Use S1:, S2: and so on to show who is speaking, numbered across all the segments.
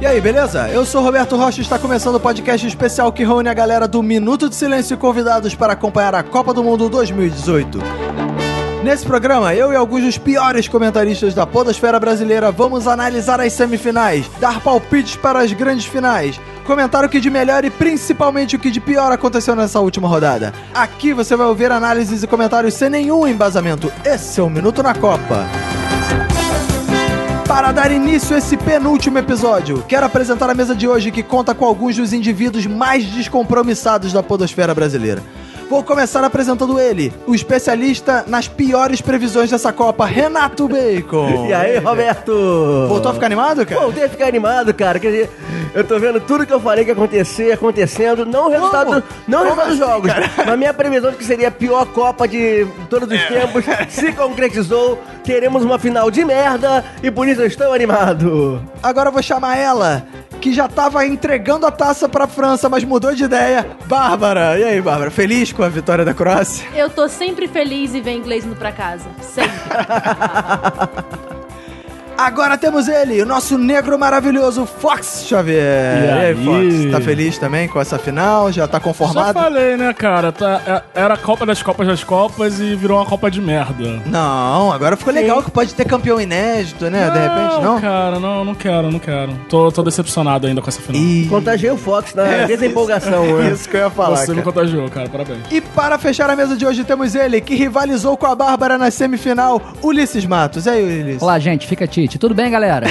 S1: E aí, beleza? Eu sou Roberto Rocha e está começando o podcast especial que reúne a galera do Minuto de Silêncio e convidados para acompanhar a Copa do Mundo 2018. Nesse programa, eu e alguns dos piores comentaristas da podosfera brasileira vamos analisar as semifinais, dar palpites para as grandes finais, comentar o que de melhor e principalmente o que de pior aconteceu nessa última rodada. Aqui você vai ouvir análises e comentários sem nenhum embasamento. Esse é o Minuto na Copa. Para dar início a esse penúltimo episódio, quero apresentar a mesa de hoje que conta com alguns dos indivíduos mais descompromissados da podosfera brasileira. Vou começar apresentando ele, o especialista nas piores previsões dessa Copa, Renato Bacon.
S2: E aí, Roberto?
S1: Voltou a ficar animado, cara?
S2: Voltei a ficar animado, cara. Quer dizer, eu tô vendo tudo que eu falei que ia acontecer, acontecendo. Não o resultado,
S1: Como?
S2: não o
S1: Como
S2: resultado dos
S1: assim,
S2: jogos.
S1: cara? É.
S2: Mas minha previsão de que seria a pior Copa de todos os tempos se concretizou. Teremos uma final de merda e por isso eu estou animado.
S1: Agora eu vou chamar ela, que já tava entregando a taça pra França, mas mudou de ideia. Bárbara, e aí, Bárbara? Feliz com a vitória da Croácia?
S3: Eu tô sempre feliz e vem inglês indo pra casa. Sempre.
S1: Agora temos ele, o nosso negro maravilhoso Fox Xavier.
S4: E aí?
S1: Fox? Tá feliz também com essa final? Já tá
S4: Só
S1: conformado?
S4: falei, né, cara? Tá- é- era a Copa das Copas das Copas e virou uma Copa de merda.
S1: Não, agora ficou legal que pode ter campeão inédito, né? De repente, não?
S4: cara, não, não quero, não quero. Tô, tô decepcionado ainda com essa final.
S1: E...
S2: Contagiei o Fox na desempolgação. né?
S1: É, Isso que eu ia falar,
S4: Você
S1: cara.
S4: me contagiou, cara, parabéns.
S1: E para fechar a mesa de hoje, temos ele, que rivalizou com a Bárbara na semifinal, Ulisses Matos. E aí, Ulisses?
S5: Olá, gente, fica Tite. Tudo bem, galera?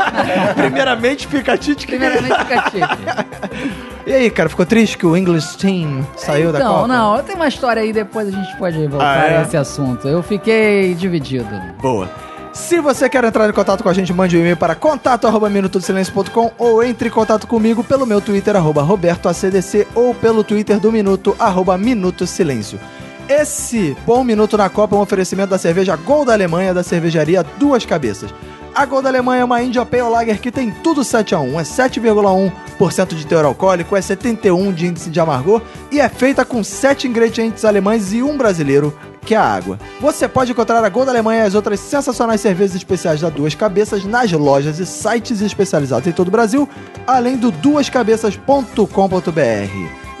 S1: Primeiramente, fica Tite que
S5: Primeiramente, fica Tite.
S1: E aí, cara, ficou triste que o English Team saiu da
S4: Então,
S1: Copa?
S5: Não, não, tem uma história aí, depois a gente pode
S1: Ah,
S5: voltar
S1: é?
S5: a esse assunto. Eu fiquei dividido. né?
S1: Boa. Se você quer entrar em contato com a gente, mande um e-mail para contato.minutodosilencio.com ou entre em contato comigo pelo meu Twitter, arroba robertoacdc ou pelo Twitter do Minuto, arroba Minuto Silêncio. Esse Bom Minuto na Copa é um oferecimento da cerveja Gol da Alemanha, da cervejaria Duas Cabeças. A Gol da Alemanha é uma India Pale Lager que tem tudo 7 a 1. É 7,1% de teor alcoólico, é 71 de índice de amargor e é feita com 7 ingredientes alemães e um brasileiro, que é a água. Você pode encontrar a Gol da Alemanha e as outras sensacionais cervejas especiais da Duas Cabeças nas lojas e sites especializados em todo o Brasil, além do duascabeças.com.br.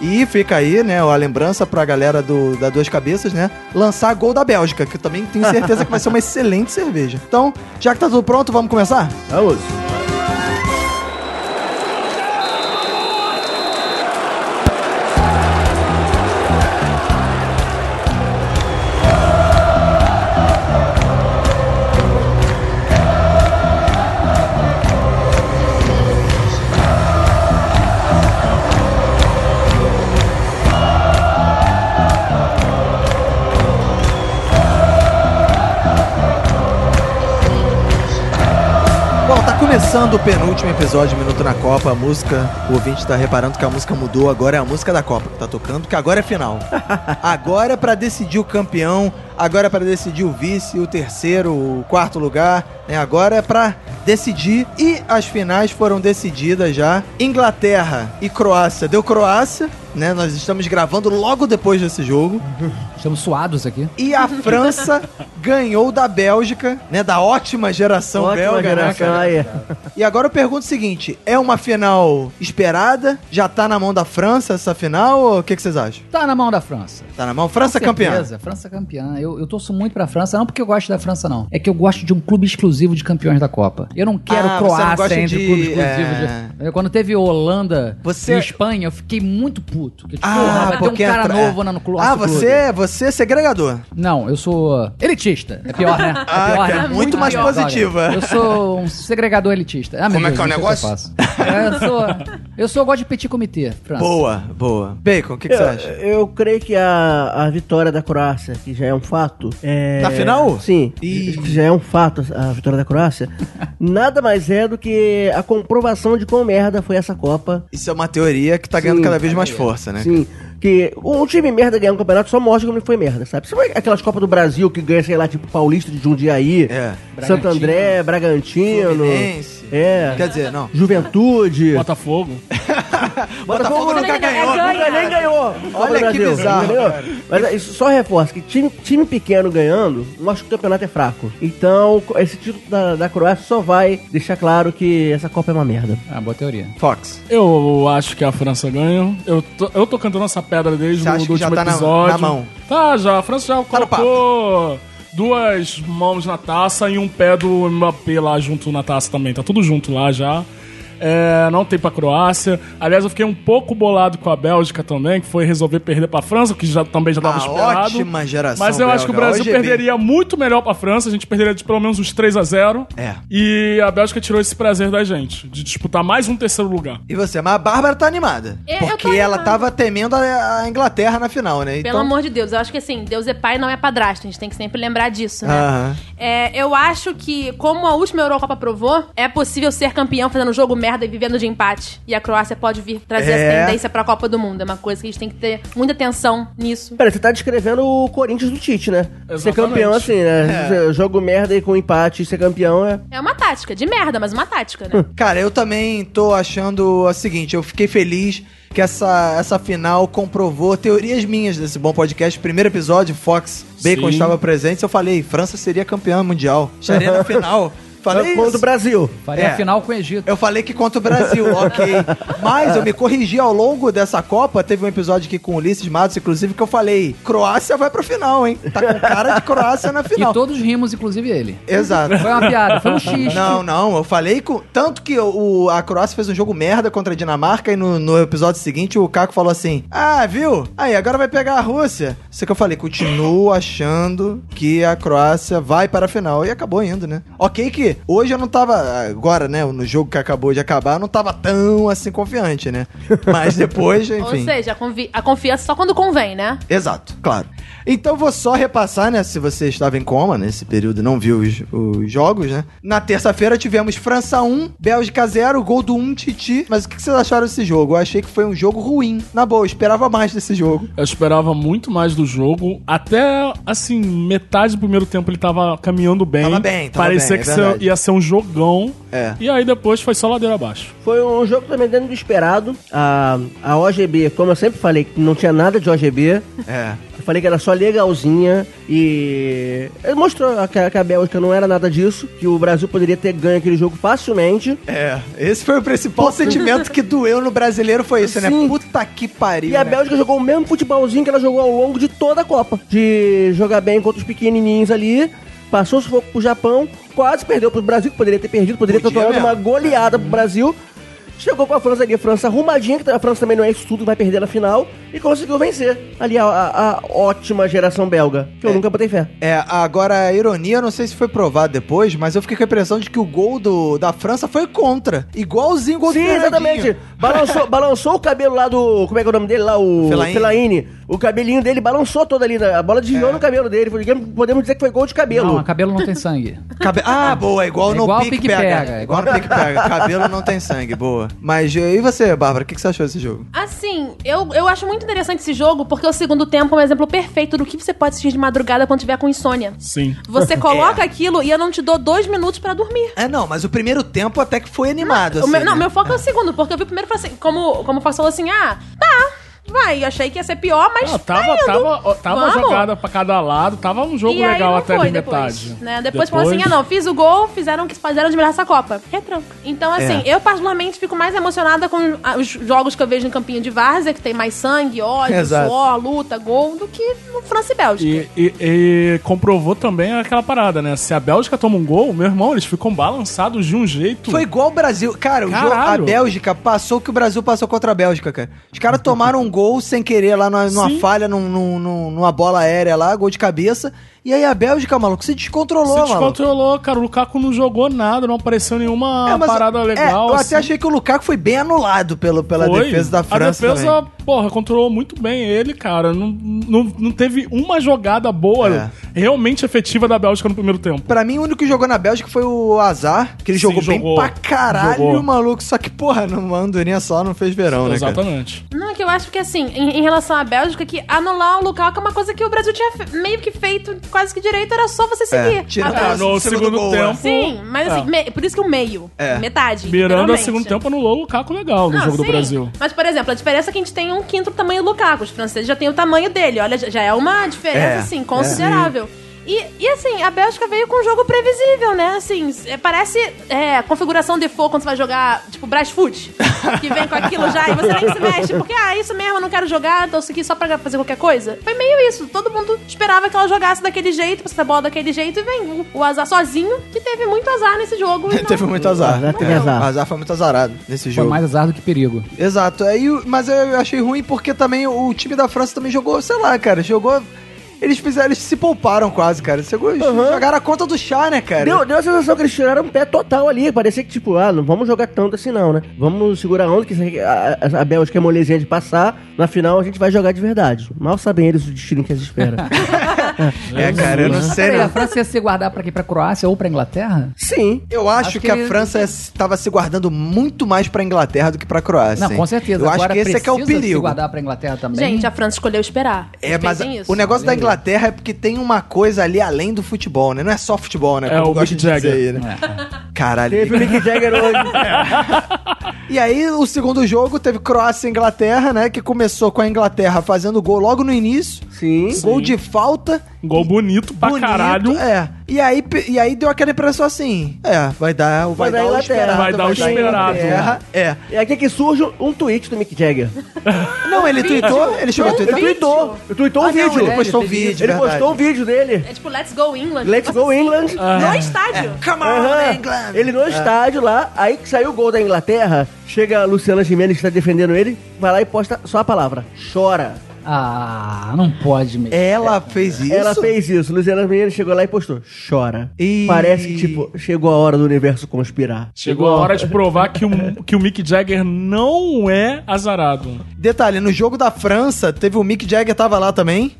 S1: E fica aí, né, a lembrança pra galera do, da Duas Cabeças, né, lançar a Gol da Bélgica, que eu também tenho certeza que vai ser uma excelente cerveja. Então, já que tá tudo pronto, vamos começar?
S2: Vamos.
S1: Bom, tá começando o penúltimo episódio de Minuto na Copa, a música, o ouvinte tá reparando que a música mudou, agora é a música da Copa que tá tocando, que agora é final. Agora é pra decidir o campeão, agora é pra decidir o vice, o terceiro, o quarto lugar, né? Agora é pra decidir e as finais foram decididas já. Inglaterra e Croácia, deu Croácia, né? Nós estamos gravando logo depois desse jogo.
S5: Estamos suados aqui.
S1: E a França ganhou da Bélgica, né? Da ótima geração
S2: Ótima
S1: belga, né,
S2: geração
S1: cara?
S2: aí.
S1: E agora eu pergunto o seguinte: é uma final esperada? Já tá na mão da França essa final? Ou o que, que vocês acham?
S5: Tá na mão da França.
S1: Tá na mão? França
S5: Com
S1: campeã.
S5: certeza, França é campeã. Eu, eu torço muito pra França, não porque eu gosto da França, não. É que eu gosto de um clube exclusivo de campeões da Copa. Eu não quero
S1: Ah, você não
S5: Croácia
S1: gosta
S5: entre
S1: de-
S5: clubes exclusivos.
S1: é.
S5: de- Quando teve Holanda
S1: Você-
S5: e Espanha, eu fiquei muito puto. Que, tipo,
S1: Ah,
S5: vai ter um
S1: porque
S5: cara
S1: entra-
S5: novo
S1: é.
S5: na no clube.
S1: Ah,
S5: nosso clube.
S1: você é você é segregador.
S5: Não, eu sou elitista. É pior, né? É
S1: Ah,
S5: pior,
S1: que é
S5: né?
S1: muito mais
S5: pior.
S1: positiva.
S5: Eu sou um segregador elitista. Ah, meu
S6: Como é
S5: Deus,
S6: que é o
S5: não sei Eu, faço. É, eu sou. Eu sou gosto de petit comité, França.
S1: Boa, boa. É, Bacon, o que, que você
S2: Eu,
S1: acha?
S2: eu creio que a, a vitória da Croácia, que já é um fato. É...
S1: Na final?
S2: Sim.
S1: Ih.
S2: Que já é um fato a a vitória da Croácia. nada mais é do que a comprovação de quão merda foi essa Copa.
S1: Isso é uma teoria que tá ganhando
S2: Sim,
S1: cada vez mais força, né?
S2: Sim. que um time merda ganhar um campeonato só mostra como ele foi merda, sabe? Se foi aquelas Copas do Brasil que ganha, sei lá, tipo Paulista de Jundiaí,
S1: É.
S2: Santo André, Bragantino,
S1: Fluminense.
S2: é,
S1: Quer dizer, não.
S2: Juventude.
S4: Botafogo.
S1: Botafogo é nunca
S3: nunca
S1: ganhou.
S3: ganhou.
S2: Nunca nem ganhou. Copa
S1: Olha
S2: do
S1: que
S2: Brasil,
S1: bizarro,
S2: entendeu?
S1: cara.
S2: Mas isso só reforça que time, time pequeno ganhando, eu acho que o campeonato é fraco. Então, esse título da, da Croácia só vai deixar claro que essa Copa é uma merda.
S5: Ah, boa teoria.
S1: Fox.
S4: Eu acho que a França ganha. Eu tô, eu tô cantando essa pedra desde
S1: Você
S4: o
S1: acha que
S4: último
S1: já tá na-
S4: episódio.
S1: na mão?
S4: Tá, já. A França já
S1: no
S4: colocou duas mãos na taça e um pé do Mbappé lá junto na taça também. Tá tudo junto lá já. É, não tem pra Croácia. Aliás, eu fiquei um pouco bolado com a Bélgica também, que foi resolver perder pra França, que já, também já tava
S1: Ah,
S4: esperado.
S1: ótima geração
S4: Mas eu acho que o
S1: belga.
S4: Brasil
S1: Hoje é bem.
S4: perderia muito melhor pra França. A gente perderia de pelo menos uns 3 a 0
S1: É.
S4: E a Bélgica tirou esse prazer da gente, de disputar mais um terceiro lugar.
S1: E você? Mas a Bárbara tá animada.
S3: Eu- eu tô
S1: porque ela
S3: animada.
S1: tava temendo a, a Inglaterra na final, né?
S3: Pelo amor de Deus, eu acho que assim, Deus é pai, não é padrasto. A gente tem que sempre lembrar disso, né?
S1: Aham.
S3: É, eu acho que, como a última Eurocopa provou, é possível ser campeão fazendo um jogo merda e vivendo de empate. E a Croácia pode vir trazer
S1: É.
S3: essa tendência pra Copa do Mundo. É uma coisa que a gente tem que ter muita atenção nisso.
S2: Pera, você tá descrevendo o Corinthians do Tite, né? Ser
S4: Exatamente.
S2: campeão assim, né? Jogo merda e com empate, ser campeão é...
S3: É uma tática, de merda, mas uma tática, né?
S1: Cara, eu também tô achando a seguinte, eu fiquei feliz que essa, essa final comprovou teorias minhas desse bom podcast. Primeiro episódio, Fox Bacon
S4: Sim.
S1: estava presente, eu falei, França seria campeã mundial. Estaria na final. Falei
S2: Contra
S1: isso.
S2: o Brasil.
S5: Faria
S1: É.
S5: a final com o Egito.
S1: Eu falei que contra o Brasil, ok. Mas eu me corrigi ao longo dessa Copa. Teve um episódio aqui com o Ulisses Matos, inclusive, que eu falei: Croácia vai pra final, hein? Tá com cara de Croácia na É final.
S5: E todos rimos, inclusive ele.
S1: Exato.
S5: Foi uma piada, foi um xiste.
S1: Não, não, eu falei com. Tanto que o, a Croácia fez um jogo merda contra a Dinamarca e no, no episódio seguinte o Caco falou assim: Ah, viu? Aí, agora vai pegar a Rússia. Isso que eu falei, continuo achando que a Croácia vai para a final. E acabou indo, né? Ok, que hoje eu não tava. Agora, né? No jogo que acabou de acabar, eu não tava tão assim confiante, né? Mas depois, enfim.
S3: Ou seja, a, convi- a confiança só quando convém, né?
S1: Exato, claro. Então vou só repassar, né? Se você estava em coma nesse período e não viu os, os jogos, né? Na terça-feira tivemos França 1, Bélgica 0, gol do 1 Titi. Mas o que vocês acharam desse jogo? Eu achei que foi um jogo ruim. Na boa, eu esperava mais desse jogo.
S4: Eu esperava muito mais do jogo. Até, assim, metade do primeiro tempo ele tava caminhando bem.
S1: Tava bem, tava
S4: Parecia
S1: bem, é
S4: que ser-
S1: verdade.
S4: ia ser um jogão.
S1: É.
S4: E aí depois foi só ladeira abaixo.
S2: Foi um jogo também dentro do esperado. A, a OGB, como eu sempre falei, que não tinha nada de OGB.
S1: É.
S2: Eu falei que era só legalzinha e. Ele mostrou que a, que a Bélgica não era nada disso, que o Brasil poderia ter ganho aquele jogo facilmente.
S1: É. Esse foi o principal sentimento que doeu no brasileiro, foi isso, né?
S2: Sim.
S1: Puta que pariu.
S2: E a
S1: né?
S2: Bélgica jogou o mesmo futebolzinho que ela jogou ao longo de toda a Copa. De jogar bem contra os pequenininhos ali, passou sufoco pro Japão, quase perdeu pro Brasil, que poderia ter perdido, poderia ter
S1: Podia
S2: tomado
S1: mesmo. Uhum.
S2: uma goleada pro Brasil. Chegou com a França ali, a França arrumadinha, que a França também não é isso tudo, vai perder na final, e conseguiu vencer ali a, a- a ótima geração belga, que eu nunca botei fé.
S1: É, agora a ironia, eu não sei se foi provado depois, mas eu fiquei com a impressão de que o gol do, da França foi contra. Igualzinho o gol
S2: Sim,
S1: do Fernandinho.
S2: exatamente. Balançou, balançou o cabelo lá do. Como é que é o nome dele lá? O
S1: Fellaini.
S2: Felaine. O cabelinho dele balançou todo ali. né? A bola desviou no cabelo dele. Foi- Podemos dizer que foi gol de
S1: é
S2: cabelo.
S5: Não, o cabelo não tem sangue.
S1: Cabe- Ah, boa, igual
S5: É
S1: no
S5: igual
S1: Pique, pega. É Igual no Pique pega. Cabelo não tem sangue, boa. Mas e você, Bárbara, o que, que você achou desse jogo?
S3: Assim, eu, eu acho muito interessante esse jogo porque o segundo tempo é um exemplo perfeito do que você pode assistir de madrugada quando tiver com insônia.
S4: Sim.
S3: Você coloca aquilo e eu não te dou dois minutos pra dormir.
S1: É, não, mas o primeiro tempo até que foi animado.
S3: O meu-
S1: assim,
S3: não,
S1: né?
S3: meu foco é. o segundo, porque eu vi o primeiro e falei assim, como, como o Fox falou assim, ah, tá, vai, achei que ia ser pior, mas
S4: Ah,
S3: tá
S4: tava
S3: indo.
S4: tava, ó, tava
S3: Vamos.
S4: jogada pra cada lado, tava um jogo
S3: e aí
S4: legal
S3: não
S4: até
S3: foi
S4: de
S3: depois,
S4: metade.
S3: Né? Depois, falou assim, ah não, fiz o gol, fizeram o que fizeram de melhor essa Copa. Retranca. Então assim,
S4: É.
S3: eu particularmente fico mais emocionada com ah, os jogos que eu vejo em campinho de várzea, que tem mais sangue, ódio,
S1: Exato.
S3: suor, luta, gol, do que no França e Bélgica.
S4: E, e- e comprovou também aquela parada, né? Se a Bélgica toma um gol, meu irmão, eles ficam balançados de um jeito.
S1: Foi igual o Brasil. Cara, o
S4: Caralho.
S1: jogo, a Bélgica passou o que o Brasil passou contra a Bélgica, cara. Os caras tomaram um gol sem querer lá numa, numa
S4: Sim.
S1: falha, num- num- num- numa bola aérea lá, gol de cabeça. E aí a Bélgica, maluco, se descontrolou,
S4: Se
S1: maluco.
S4: descontrolou, cara. O Lukaku não jogou nada, não apareceu nenhuma
S1: É, mas-
S4: parada
S1: é,
S4: legal.
S1: eu
S4: assim.
S1: até achei que o Lukaku foi bem anulado pelo, pela
S4: Foi.
S1: defesa da França.
S4: A defesa,
S1: também.
S4: porra, controlou muito bem ele, cara. Não, não, não teve uma jogada boa,
S1: É.
S4: realmente efetiva da Bélgica no primeiro tempo.
S1: Pra mim, o único que jogou na Bélgica foi o Azar, que ele
S4: Sim,
S1: jogou,
S4: jogou.
S1: bem pra caralho,
S4: Jogou.
S1: maluco. Só que, porra, numa andorinha só não fez verão, né, cara?
S4: Exatamente.
S3: Não, é que eu acho que assim, em, em relação à Bélgica, que anular o Lukaku é uma coisa que o Brasil tinha fe- meio que feito quase que direito, era só você seguir.
S1: É, tira
S3: A
S1: a
S4: Ah,
S3: Bélgica-
S4: no
S1: Segundo
S4: segundo,
S1: gol,
S4: tempo.
S3: Sim, mas assim,
S4: É.
S3: me- por isso que o meio.
S1: É.
S3: Metade.
S4: Miranda,
S3: literalmente. né?
S4: segundo tempo, anulou o Lukaku legal no
S3: Não,
S4: jogo do
S3: Ah, sim.
S4: Brasil.
S3: Mas, por exemplo, a diferença é que a gente tem um quinto do tamanho do Lukaku. Os franceses já têm o tamanho dele. Olha, já- já é uma diferença,
S1: É,
S3: assim, considerável. E, e, assim, a Bélgica veio com um jogo previsível, né? Assim, é, parece é, configuração default quando você vai jogar, tipo, Brasfoot. Que vem com aquilo já e você nem se mexe. Porque, ah, isso mesmo, eu não quero jogar, tô isso aqui só pra fazer qualquer coisa. Foi meio isso. Todo mundo esperava que ela jogasse daquele jeito, passasse a bola daquele jeito e vem o- o azar sozinho, que teve muito azar nesse jogo. e não-
S1: Teve muito azar.
S2: Azar teve
S1: É,
S2: azar.
S1: Azar foi muito azarado nesse
S5: Foi
S1: jogo.
S5: mais azar do que perigo.
S1: Exato. Aí, o- mas eu achei ruim porque também o time da França também jogou, sei lá, cara, jogou. Eles fizeram, eles se pouparam quase, cara. Eles Jogaram a conta do chá, né, cara?
S2: Deu, deu a sensação que eles tiraram um pé total ali. Parecia que, tipo, ah, não vamos jogar tanto assim não, né? Vamos segurar a onda, que isso aqui- a, a- a Bélgica é molezinha de passar. Na final a gente vai jogar de verdade. Mal sabem eles o destino que as espera.
S1: é, cara, eu não sei.
S5: Peraí,
S1: né?
S5: a França ia se guardar pra quê? Pra Croácia ou pra Inglaterra?
S2: Sim.
S1: Eu acho,
S5: Acho
S1: que,
S5: que
S1: a
S5: ele-
S1: França estava se guardando muito mais pra Inglaterra do que pra Croácia.
S5: Não,
S1: hein?
S5: com certeza.
S1: Eu acho
S5: Agora
S1: que esse é que é o
S5: precisa se
S1: perigo.
S5: guardar pra Inglaterra também.
S3: Gente, a França escolheu esperar.
S1: É, mas
S3: Pensem
S1: o negócio da Inglaterra é porque tem uma coisa ali além do futebol, né? Não é só futebol, né?
S4: É, o
S1: gosta
S4: Mick Jagger.
S1: né? Caralho.
S2: Teve o Mick Jagger hoje.
S1: E aí, o segundo jogo teve Croácia e Inglaterra, né? Que começou com a Inglaterra fazendo gol logo no início.
S2: Sim.
S1: Gol de falta.
S4: Um Gol bonito pra
S1: bonito,
S4: caralho.
S1: É. E aí, pe- e aí deu aquela impressão assim: é, vai dar, vai
S2: Vai dar
S1: dar o
S2: Inglaterra,
S1: esperado.
S4: vai dar o esperado.
S1: Inglaterra, É.
S2: E aqui que surge um tweet do Mick Jagger.
S1: Não, ele tweetou, ele chegou a
S2: Ele
S1: twittar.
S2: tweetou. Ele tweetou um
S1: Ah, não,
S2: vídeo.
S1: ele postou um
S5: Ele
S1: vídeo,
S2: Ele
S1: verdade.
S2: postou um vídeo dele.
S3: É tipo, let's go England.
S2: Let's go England.
S3: No estádio.
S1: Come on,
S2: Aham.
S1: England! Ah.
S2: Ele no estádio lá, aí que saiu o gol da Inglaterra, chega a Luciana Gimenez que tá defendendo ele, vai lá e posta só a palavra, chora.
S5: Ah, não pode mesmo.
S1: Ela fez isso?
S2: Ela fez isso, Luciana Gimenez chegou lá e postou, chora.
S1: Ih.
S2: Parece que, tipo, chegou a hora do universo conspirar.
S4: Chegou a hora de provar que o, que o Mick Jagger não é azarado.
S1: Detalhe, no jogo da França, teve o Mick Jagger tava lá também,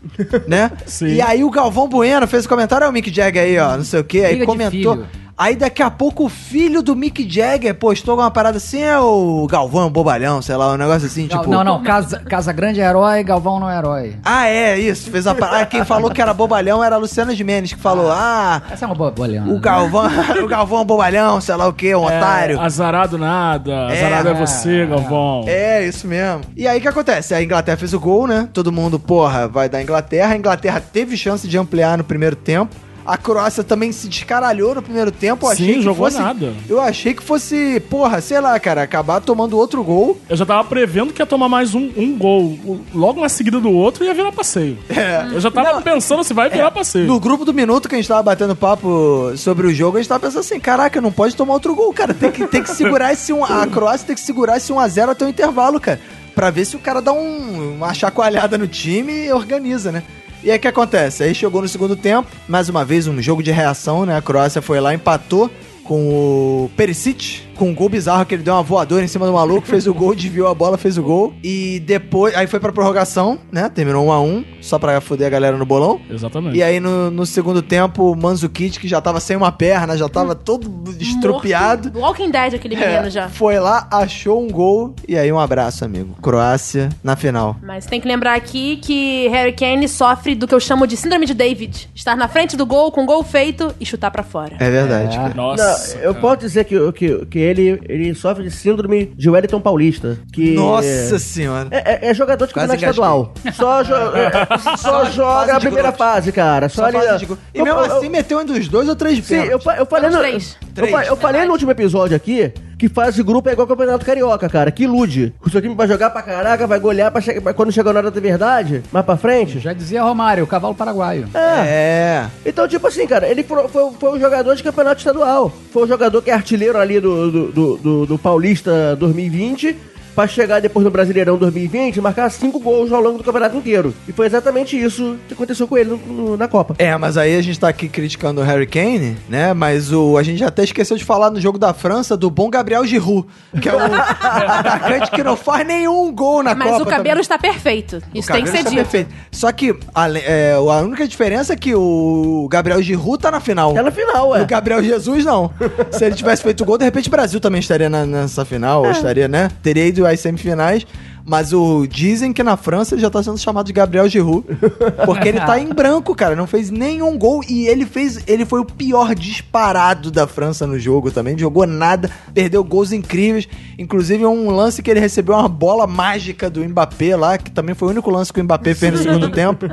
S1: né?
S4: Sim.
S1: E aí o Galvão Bueno fez comentário, é o Mick Jagger aí, ó, não sei o quê, aí
S5: Briga de
S1: comentou.
S5: filho.
S1: Aí daqui a pouco o filho do Mick Jagger postou alguma parada assim, é o Galvão bobalhão, sei lá, um negócio assim,
S5: Gal-
S1: tipo...
S5: Não, não, Casa, Casa Grande é herói, Galvão não é herói.
S1: Ah, é, isso, fez a parada. Ah, quem falou que era bobalhão era a Luciana Gimenez, que falou, ah,
S5: Essa é uma boa boleana.
S1: o Galvão, o Galvão é um bobalhão, sei lá o quê, um otário.
S4: É, azarado nada. Azarado é você, Galvão.
S1: É, isso mesmo. E aí o que acontece? A Inglaterra fez o gol, né? Todo mundo, porra, vai dar Inglaterra. A Inglaterra teve chance de ampliar no primeiro tempo. A Croácia também se descaralhou no primeiro tempo. Eu
S4: Sim,
S1: achei que
S4: jogou
S1: fosse,
S4: nada.
S1: Eu achei que fosse, porra, sei lá, cara, acabar tomando outro gol.
S4: Eu já tava prevendo que ia tomar mais um, um gol o- logo na seguida do outro e ia virar passeio. Eu já tava pensando se vai virar passeio.
S1: É. No grupo do Minuto que a gente tava batendo papo sobre o jogo, a gente tava pensando assim, caraca, não pode tomar outro gol, cara. Tem que, tem que segurar esse 1 A Croácia tem que segurar esse 1x0 até o intervalo, cara. Pra ver se o cara dá um- uma chacoalhada no time e organiza, né? E aí o que acontece? Aí chegou no segundo tempo, mais uma vez um jogo de reação, né? A Croácia foi lá, empatou com o Perisic, com um gol bizarro que ele deu uma voadora em cima do maluco, fez o gol, desviou a bola, fez o gol. E depois, aí foi pra prorrogação, né? Terminou 1 a 1 só pra foder a galera no bolão.
S4: Exatamente.
S1: E aí, no, no segundo tempo, o Manzukic, que já tava sem uma perna, já
S2: Hum.
S1: tava todo estrupiado,
S3: Morto. Walking Dead, aquele
S1: É.
S3: menino já.
S1: foi lá, achou um gol, e aí um abraço, amigo. Croácia na final.
S3: Mas tem que lembrar aqui que Harry Kane sofre do que eu chamo de síndrome de David. Estar na frente do gol, com gol feito e chutar pra fora.
S1: É verdade. cara.
S4: Nossa.
S2: Não, eu posso dizer que, que, que ele, ele sofre de síndrome de Wellington Paulista. Que
S1: Nossa senhora.
S2: É, é- é jogador de
S1: Quase
S2: campeonato estadual. Só, jo- é, só joga
S1: de
S2: a primeira
S1: grupos.
S2: fase, cara. Só,
S1: Só
S2: ali-
S1: fase de gol. E
S2: Eu-
S1: mesmo
S2: eu-
S1: assim, meteu um dos dois ou três
S2: Sim, eu,
S1: pênaltis.
S2: fa- eu falei
S3: Foram
S2: no,
S3: três.
S2: Eu, fa- eu falei no último episódio aqui que fase de grupo é igual ao Campeonato Carioca, cara. Que ilude. O seu time vai jogar pra caraca, vai golear pra che- pra quando chegar na hora da verdade, mais pra frente.
S5: Já dizia Romário, o cavalo paraguaio.
S2: É.
S1: É.
S2: Então, tipo assim, cara, ele fro- foi, foi um jogador de campeonato estadual. Foi um jogador que é artilheiro ali do, do, do, do- do Paulista 2020. pra chegar depois no Brasileirão 2020 e marcar cinco gols ao longo do campeonato inteiro. E foi exatamente isso que aconteceu com ele no- no- na Copa.
S1: É, mas aí a gente tá aqui criticando o Harry Kane, né? Mas o, a gente até esqueceu de falar no jogo da França do bom Gabriel Giroud, que é o atacante que não faz nenhum gol na
S3: Mas
S1: Copa.
S3: o cabelo
S1: também.
S3: está perfeito. Isso
S1: O
S3: tem que ser
S1: Cabreiro
S3: dito.
S1: está perfeito. Só que ale- é, a única diferença é que o Gabriel Giroud tá na final.
S2: Até É na final,
S1: E
S2: ué.
S1: o Gabriel Jesus, não. Se ele tivesse feito o gol, de repente o Brasil também estaria na- nessa final, ou
S2: É.
S1: estaria, né? Teria ido às semifinais. Mas o dizem que na França ele já tá sendo chamado de Gabriel Giroud. Porque ele tá em branco, cara. Não fez nenhum gol. E ele fez. Ele foi o pior disparado da França no jogo também. Jogou nada, perdeu gols incríveis. Inclusive, um lance que ele recebeu uma bola mágica do Mbappé lá, que também foi o único lance que o Mbappé fez no segundo tempo.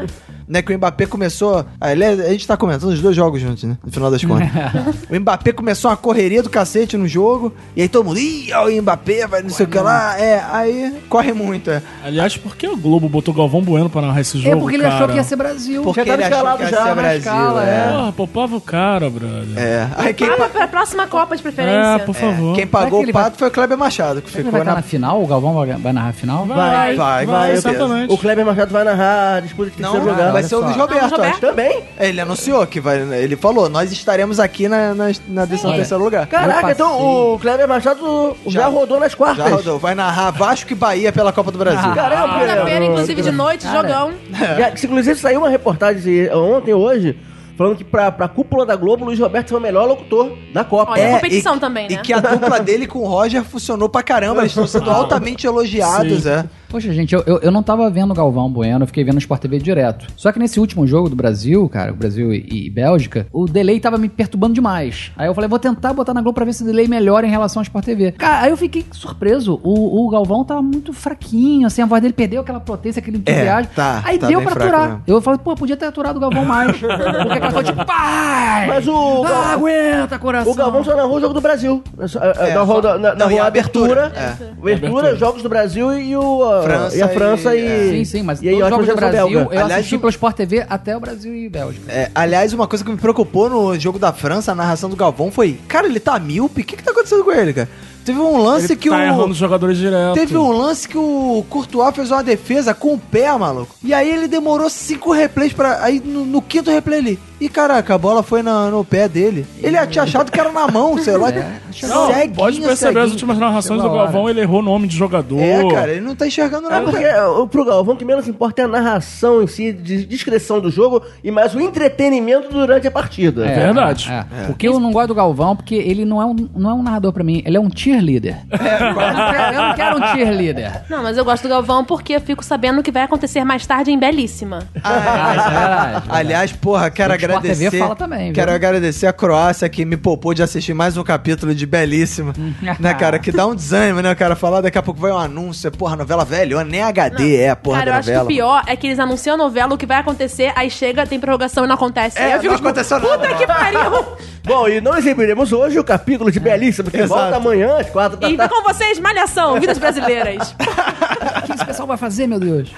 S1: Né, que o Mbappé começou. ah, ele- A gente tá comentando os dois jogos juntos, né? No final das
S2: Uhum.
S1: contas. O Mbappé começou uma correria do cacete no jogo, e aí todo mundo, ih, ó, o Mbappé, vai não sei o que lá, é, aí corre muito, é.
S4: Aliás, por que o Globo botou Galvão Bueno pra narrar esse jogo?
S5: É porque ele
S4: cara?
S5: achou que ia ser Brasil. tá
S1: Porque
S2: tava
S1: ele achou
S2: escalado
S1: que ia
S2: já
S1: ser
S2: na
S1: Brasil,
S5: escala,
S1: é.
S4: Porra, poupava o cara, brother.
S1: É. Aí quem,
S3: Para pra próxima Copa de
S4: É,
S3: preferência.
S4: por favor.
S1: quem
S5: Será
S1: pagou
S5: que ele
S1: o pato foi o Kleber Machado, que
S5: Ele
S1: ficou
S5: vai estar
S1: na...
S5: na final? O Galvão vai, vai narrar a final?
S4: assim.
S1: Vai, vai, vai,
S4: exatamente.
S2: O Kleber Machado vai narrar a disputa de terceiro
S1: Não,
S2: lugar.
S1: vai
S5: olha
S1: ser o
S5: só.
S1: Luiz
S3: Ah,
S1: Roberto,
S3: o Roberto?
S1: acho. É,
S2: Também?
S1: Ele anunciou que vai, ele falou, nós estaremos aqui na, na, na decisão do
S5: Olha.
S1: terceiro lugar.
S2: Caraca,
S5: passei.
S2: então o Kleber Machado já,
S1: Já.
S2: rodou nas quartas.
S1: Já rodou, vai narrar Vasco e Bahia pela Copa do
S2: Ah,
S1: Brasil.
S2: Caramba,
S3: Segunda-feira, inclusive de noite,
S5: Cara.
S3: jogão.
S2: Já, que, inclusive saiu uma reportagem eh, ontem, hoje, falando que pra, pra cúpula da Globo, o Luiz Roberto foi o melhor locutor da Copa.
S3: Olha,
S2: É,
S3: a competição
S1: e,
S3: também, né?
S1: E que a dupla dele com o Roger funcionou pra caramba, eles estão sendo altamente elogiados,
S4: Sim.
S1: é.
S5: Poxa, gente, eu, eu, eu não tava vendo o Galvão Bueno, eu fiquei vendo o Sport TV direto. Só que nesse último jogo do Brasil, cara, o Brasil e, e Bélgica, o delay tava me perturbando demais. Aí eu falei, vou tentar botar na Globo pra ver se o delay melhora em relação ao Sport TV. Cara, aí eu fiquei surpreso. O, o Galvão tava muito fraquinho, assim, a voz dele perdeu aquela potência, aquele entusiasmo.
S1: tá,
S5: aí
S1: tá
S5: deu
S1: bem
S5: pra
S1: fraco
S5: aturar.
S1: mesmo.
S5: Eu falei, pô, podia ter aturado o Galvão mais. Porque aquela coisa tipo, pai!
S2: Mas o-
S5: Ah, aguenta, coração!
S2: O Galvão só narrou o jogo do Brasil.
S1: É,
S2: narrou,
S1: só- não,
S2: na, na-
S1: e
S2: narrou
S1: a
S2: a
S1: abertura.
S2: abertura.
S1: É.
S2: Abertura, jogos do Brasil e, o, ah,
S1: França
S2: e a França
S1: e-
S2: e.
S1: é.
S5: Sim, sim, mas
S2: e aí,
S5: todos os
S2: ótimo
S5: jogos do
S2: jogo
S5: Brasil eu
S2: belga.
S1: Aliás,
S5: assisti
S1: o-
S5: pelo Sport TV até o Brasil e Bélgica.
S1: É, aliás, uma coisa que me preocupou no jogo da França, a narração do Galvão, foi: Cara, ele tá míope? O que, que tá acontecendo com ele, cara? Teve um lance
S4: Ele
S1: que
S4: tá
S1: o.
S4: errando os jogadores direto.
S1: Teve um lance que o Courtois fez uma defesa com o pé, maluco. E aí ele demorou cinco replays pra. Aí no, no quinto replay ele. Ih, caraca, a bola foi na- no pé dele. Ele tinha achado que era na mão, sei lá.
S5: É.
S4: Não,
S1: Ceguinho,
S4: pode perceber as
S1: ceguinho.
S4: últimas narrações do
S5: Pela hora.
S4: Galvão, ele errou nome de jogador.
S1: É, cara, ele não tá enxergando
S2: É
S1: nada.
S2: porque o, pro Galvão, o que menos importa é a narração em si, de descrição do jogo e mais o entretenimento durante a partida.
S4: É. verdade.
S5: é. Porque eu não gosto do Galvão, porque ele não é um, não é um narrador pra mim, ele é um cheerleader. eu, não quero, eu não quero um cheerleader.
S3: Não, mas eu gosto do Galvão porque eu fico sabendo o que vai acontecer mais tarde em Belíssima.
S1: Ah,
S5: Mas, é verdade.
S1: Aliás, porra, quero
S5: O Sport
S1: agradecer.
S5: TV fala também, viu?
S1: quero agradecer a Croácia que me poupou de assistir mais um capítulo de Belíssima. né, cara? Que dá um desânimo, né, cara? Falar daqui a pouco vai um anúncio. é, Porra, novela velha, ó, nem HD é a porra
S3: Cara, eu
S1: da
S3: acho que
S1: novela.
S3: o pior é que eles anunciam a novela, o que vai acontecer, aí chega, tem prorrogação e não acontece.
S1: É,
S3: Aí eu fico,
S1: não aconteceu nada.
S3: Puta que pariu!
S2: Bom, e nós exibiremos hoje o capítulo de Belíssimo, que
S1: Exato.
S2: volta amanhã às quatro da
S3: E
S2: tarde.
S3: com vocês, Malhação, Vidas Brasileiras.
S5: O que esse pessoal vai fazer, meu Deus?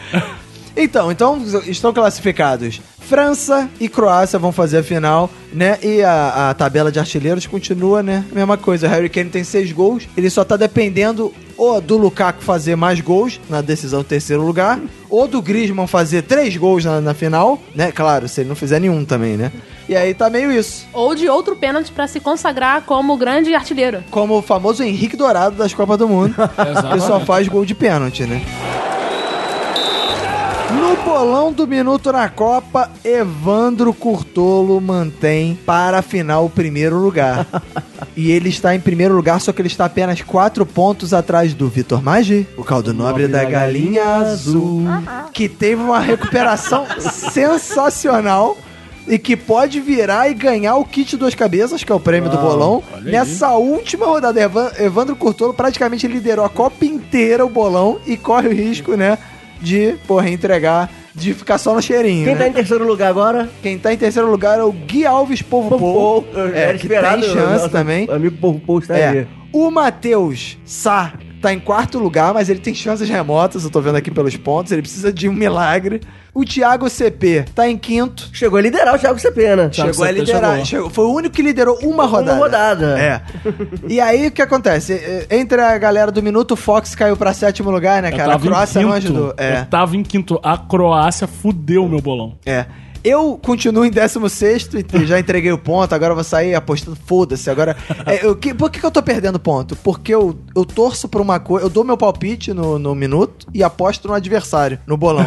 S1: Então, então estão classificados. França e Croácia vão fazer a final, né? E a, a tabela de artilheiros continua, né? Mesma coisa. Harry Kane tem seis gols. Ele só tá dependendo ou do Lukaku fazer mais gols na decisão do terceiro lugar, ou do Griezmann fazer três gols na, na final, né? Claro, se ele não fizer nenhum também, né? E aí tá meio isso.
S3: Ou de outro pênalti pra se consagrar como grande artilheiro.
S1: Como o famoso Henrique Dourado das Copas do Mundo, que só faz gol de pênalti, né? No bolão do minuto na Copa, Evandro Curtolo mantém para a final o primeiro lugar. e ele está em primeiro lugar, só que ele está apenas quatro pontos atrás do Vitor Maggi, o caldo nobre da galinha azul, que teve uma recuperação sensacional. E que pode virar e ganhar o kit duas cabeças, que é o prêmio do bolão.
S4: Ah, olha aí.
S1: Nessa última rodada, Evan- Evandro Curtolo praticamente liderou a Copa inteira o bolão e corre o risco, né? de, porra, entregar, de ficar só no cheirinho.
S2: Quem tá em
S1: né?
S2: terceiro lugar agora?
S1: Quem tá em terceiro lugar é o Gui Alves Povo Povo.
S2: Pou,
S1: É, que tem
S2: o
S1: chance
S2: nosso
S1: também.
S2: tá Amigo Pou Pou está
S1: É.
S2: aí.
S1: O Matheus Sá tá em quarto lugar, mas ele tem chances remotas, eu tô vendo aqui pelos pontos, ele precisa de um milagre. O Thiago CP tá em quinto,
S2: Chegou a liderar o Thiago Cepena.
S4: Thiago
S1: chegou a
S4: Cepeda
S1: liderar.
S4: chegou.
S1: chegou. foi o único que liderou uma rodada.
S2: rodada.
S1: É. e aí o que acontece? É, Entre a galera do minuto, o Fox caiu pra sétimo lugar, né,
S4: Eu
S1: cara? A
S4: tava em
S1: Croácia não
S4: quinto.
S1: ajudou. É.
S4: Eu tava em quinto. A Croácia fudeu meu bolão.
S1: É. Eu continuo em 16 e já entreguei o ponto, agora eu vou sair apostando, foda-se. Agora, é, eu, que- por que, que eu tô perdendo ponto? Porque eu, eu torço pra uma coisa, eu dou meu palpite no, no minuto e aposto no adversário, no bolão.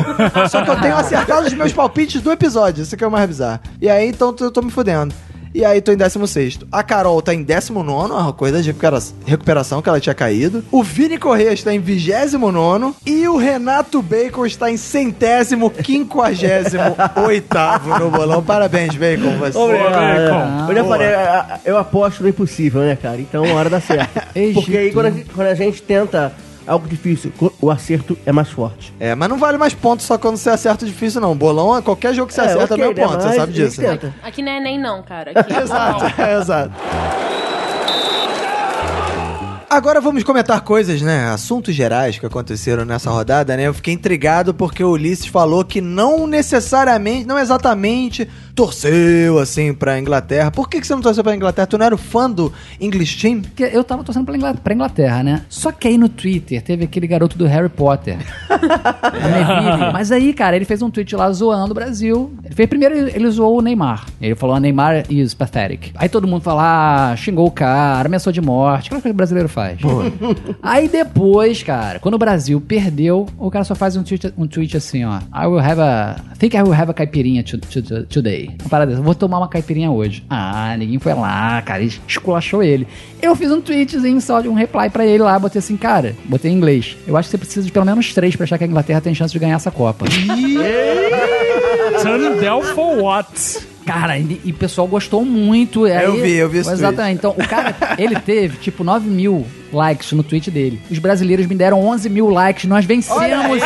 S1: Só que eu tenho acertado os meus palpites do episódio, isso que é o mais bizarro. E aí, então, eu tô me fudendo. E aí, tô em 16. A Carol tá em 19, uma coisa de recupera- recuperação que ela tinha caído. O Vini Correia está em 29. E o Renato Bacon está em centésimo, quinquagésimo, oitavo no bolão. Parabéns, Bacon. Você.
S4: Obrigado.
S5: Ah,
S2: é. eu já
S1: É. boa.
S2: falei, a- a- eu aposto no impossível, né, cara? Então a hora dá certo.
S5: Egito.
S2: Porque aí quando a, gente, quando a gente tenta algo difícil, co- o acerto é mais forte.
S1: É, mas não vale mais pontos só quando você acerta o difícil, não. Bolão, qualquer jogo que você
S2: É,
S1: acerta
S2: ok,
S1: é meu
S2: né,
S1: ponto, você
S2: mas
S1: sabe disso.
S2: a gente tenta.
S3: Aqui não é nem não, cara. Aqui é
S1: Exato,
S3: normal.
S1: é, exato. Agora vamos comentar coisas, né? Assuntos gerais que aconteceram nessa rodada, né? Eu fiquei intrigado porque o Ulisses falou que não necessariamente, não exatamente torceu assim pra Inglaterra. Por que, que você não torceu pra Inglaterra? Tu não era o fã do English Team?
S5: Porque eu tava torcendo pra Inglaterra, pra Inglaterra, né? Só que aí no Twitter teve aquele garoto do Harry Potter. O Neville. Mas aí, cara, ele fez um tweet lá zoando o Brasil. Ele fez, primeiro ele, ele zoou o Neymar. Ele falou, "Ah, Neymar is pathetic. Aí todo mundo falou, ah, xingou o cara, ameaçou de morte. Aquela coisa que o brasileiro faz. aí depois, cara, quando o Brasil perdeu, o cara só faz um tweet, um tweet assim, ó. I will have a... I think I will have a caipirinha to- to- to- today. Uma parada dessa. Vou tomar uma caipirinha hoje. Ah, ninguém foi lá, cara. es- Esculachou ele. Eu fiz um tweetzinho só de um reply pra ele lá. Botei assim, cara, botei em inglês. Eu acho que você precisa de pelo menos três pra achar que a Inglaterra tem chance de ganhar essa Copa.
S4: Turn down for what?
S5: Cara, e, e o pessoal gostou muito. Aí,
S1: Eu vi, eu vi esse
S5: Exatamente. Então, o cara, ele teve, tipo, 9 mil likes no tweet dele. Os brasileiros me deram 11 mil likes. Nós vencemos.
S4: Ganhamos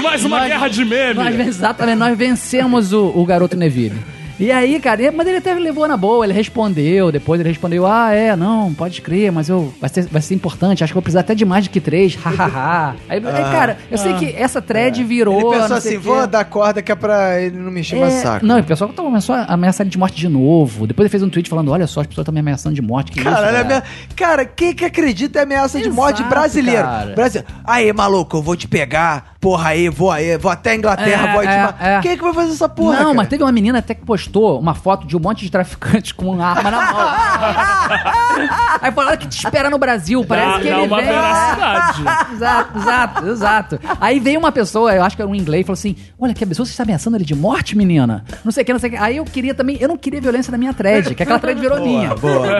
S4: mais uma
S5: Nós-
S4: guerra de
S5: Nós,
S4: meme.
S5: ven- exatamente, nós vencemos o, o garoto Neville. E aí, cara, e- mas ele até levou na boa, ele respondeu, depois ele respondeu, ah, é, não, pode crer, mas eu, vai, ser, vai ser importante, acho que eu vou precisar até de mais do que três, hahaha. Aí, aí, cara, eu sei que essa thread virou...
S1: Ah, Ele pensou
S5: não sei
S1: assim,
S5: o quê.
S1: vou dar corda que é pra ele não me encher mais
S5: É,
S1: saco.
S5: Não, e o pessoal começou a ameaçar ele de morte de novo. Depois ele fez um tweet falando: olha só, as pessoas estão me ameaçando de morte. Que isso,
S1: Cara,
S5: cara?
S1: é minha- cara, quem que acredita em ameaça de
S5: Exato,
S1: morte brasileiro?
S5: cara.
S1: Brasi- Aí, maluco, eu vou te pegar. Porra, aí, vou aí, vou até a Inglaterra,
S5: É,
S1: vou aí te
S5: é,
S1: matar.
S5: é.
S1: Quem que vai fazer essa porra?
S5: não,
S1: cara?
S5: mas teve uma menina até que postou uma foto de um monte de traficante com uma arma na mão. Aí falaram que te espera no Brasil, parece
S4: Dá,
S5: que
S4: dá
S5: ele
S4: uma
S5: vem.
S4: veracidade.
S5: Exato, exato, exato. Aí veio uma pessoa, eu acho que era um inglês, falou assim: Olha, que absurdo, você está ameaçando ele de morte, menina? Não sei o que, não sei o que. Aí eu queria também, eu não queria violência na minha thread, que é aquela thread virou minha.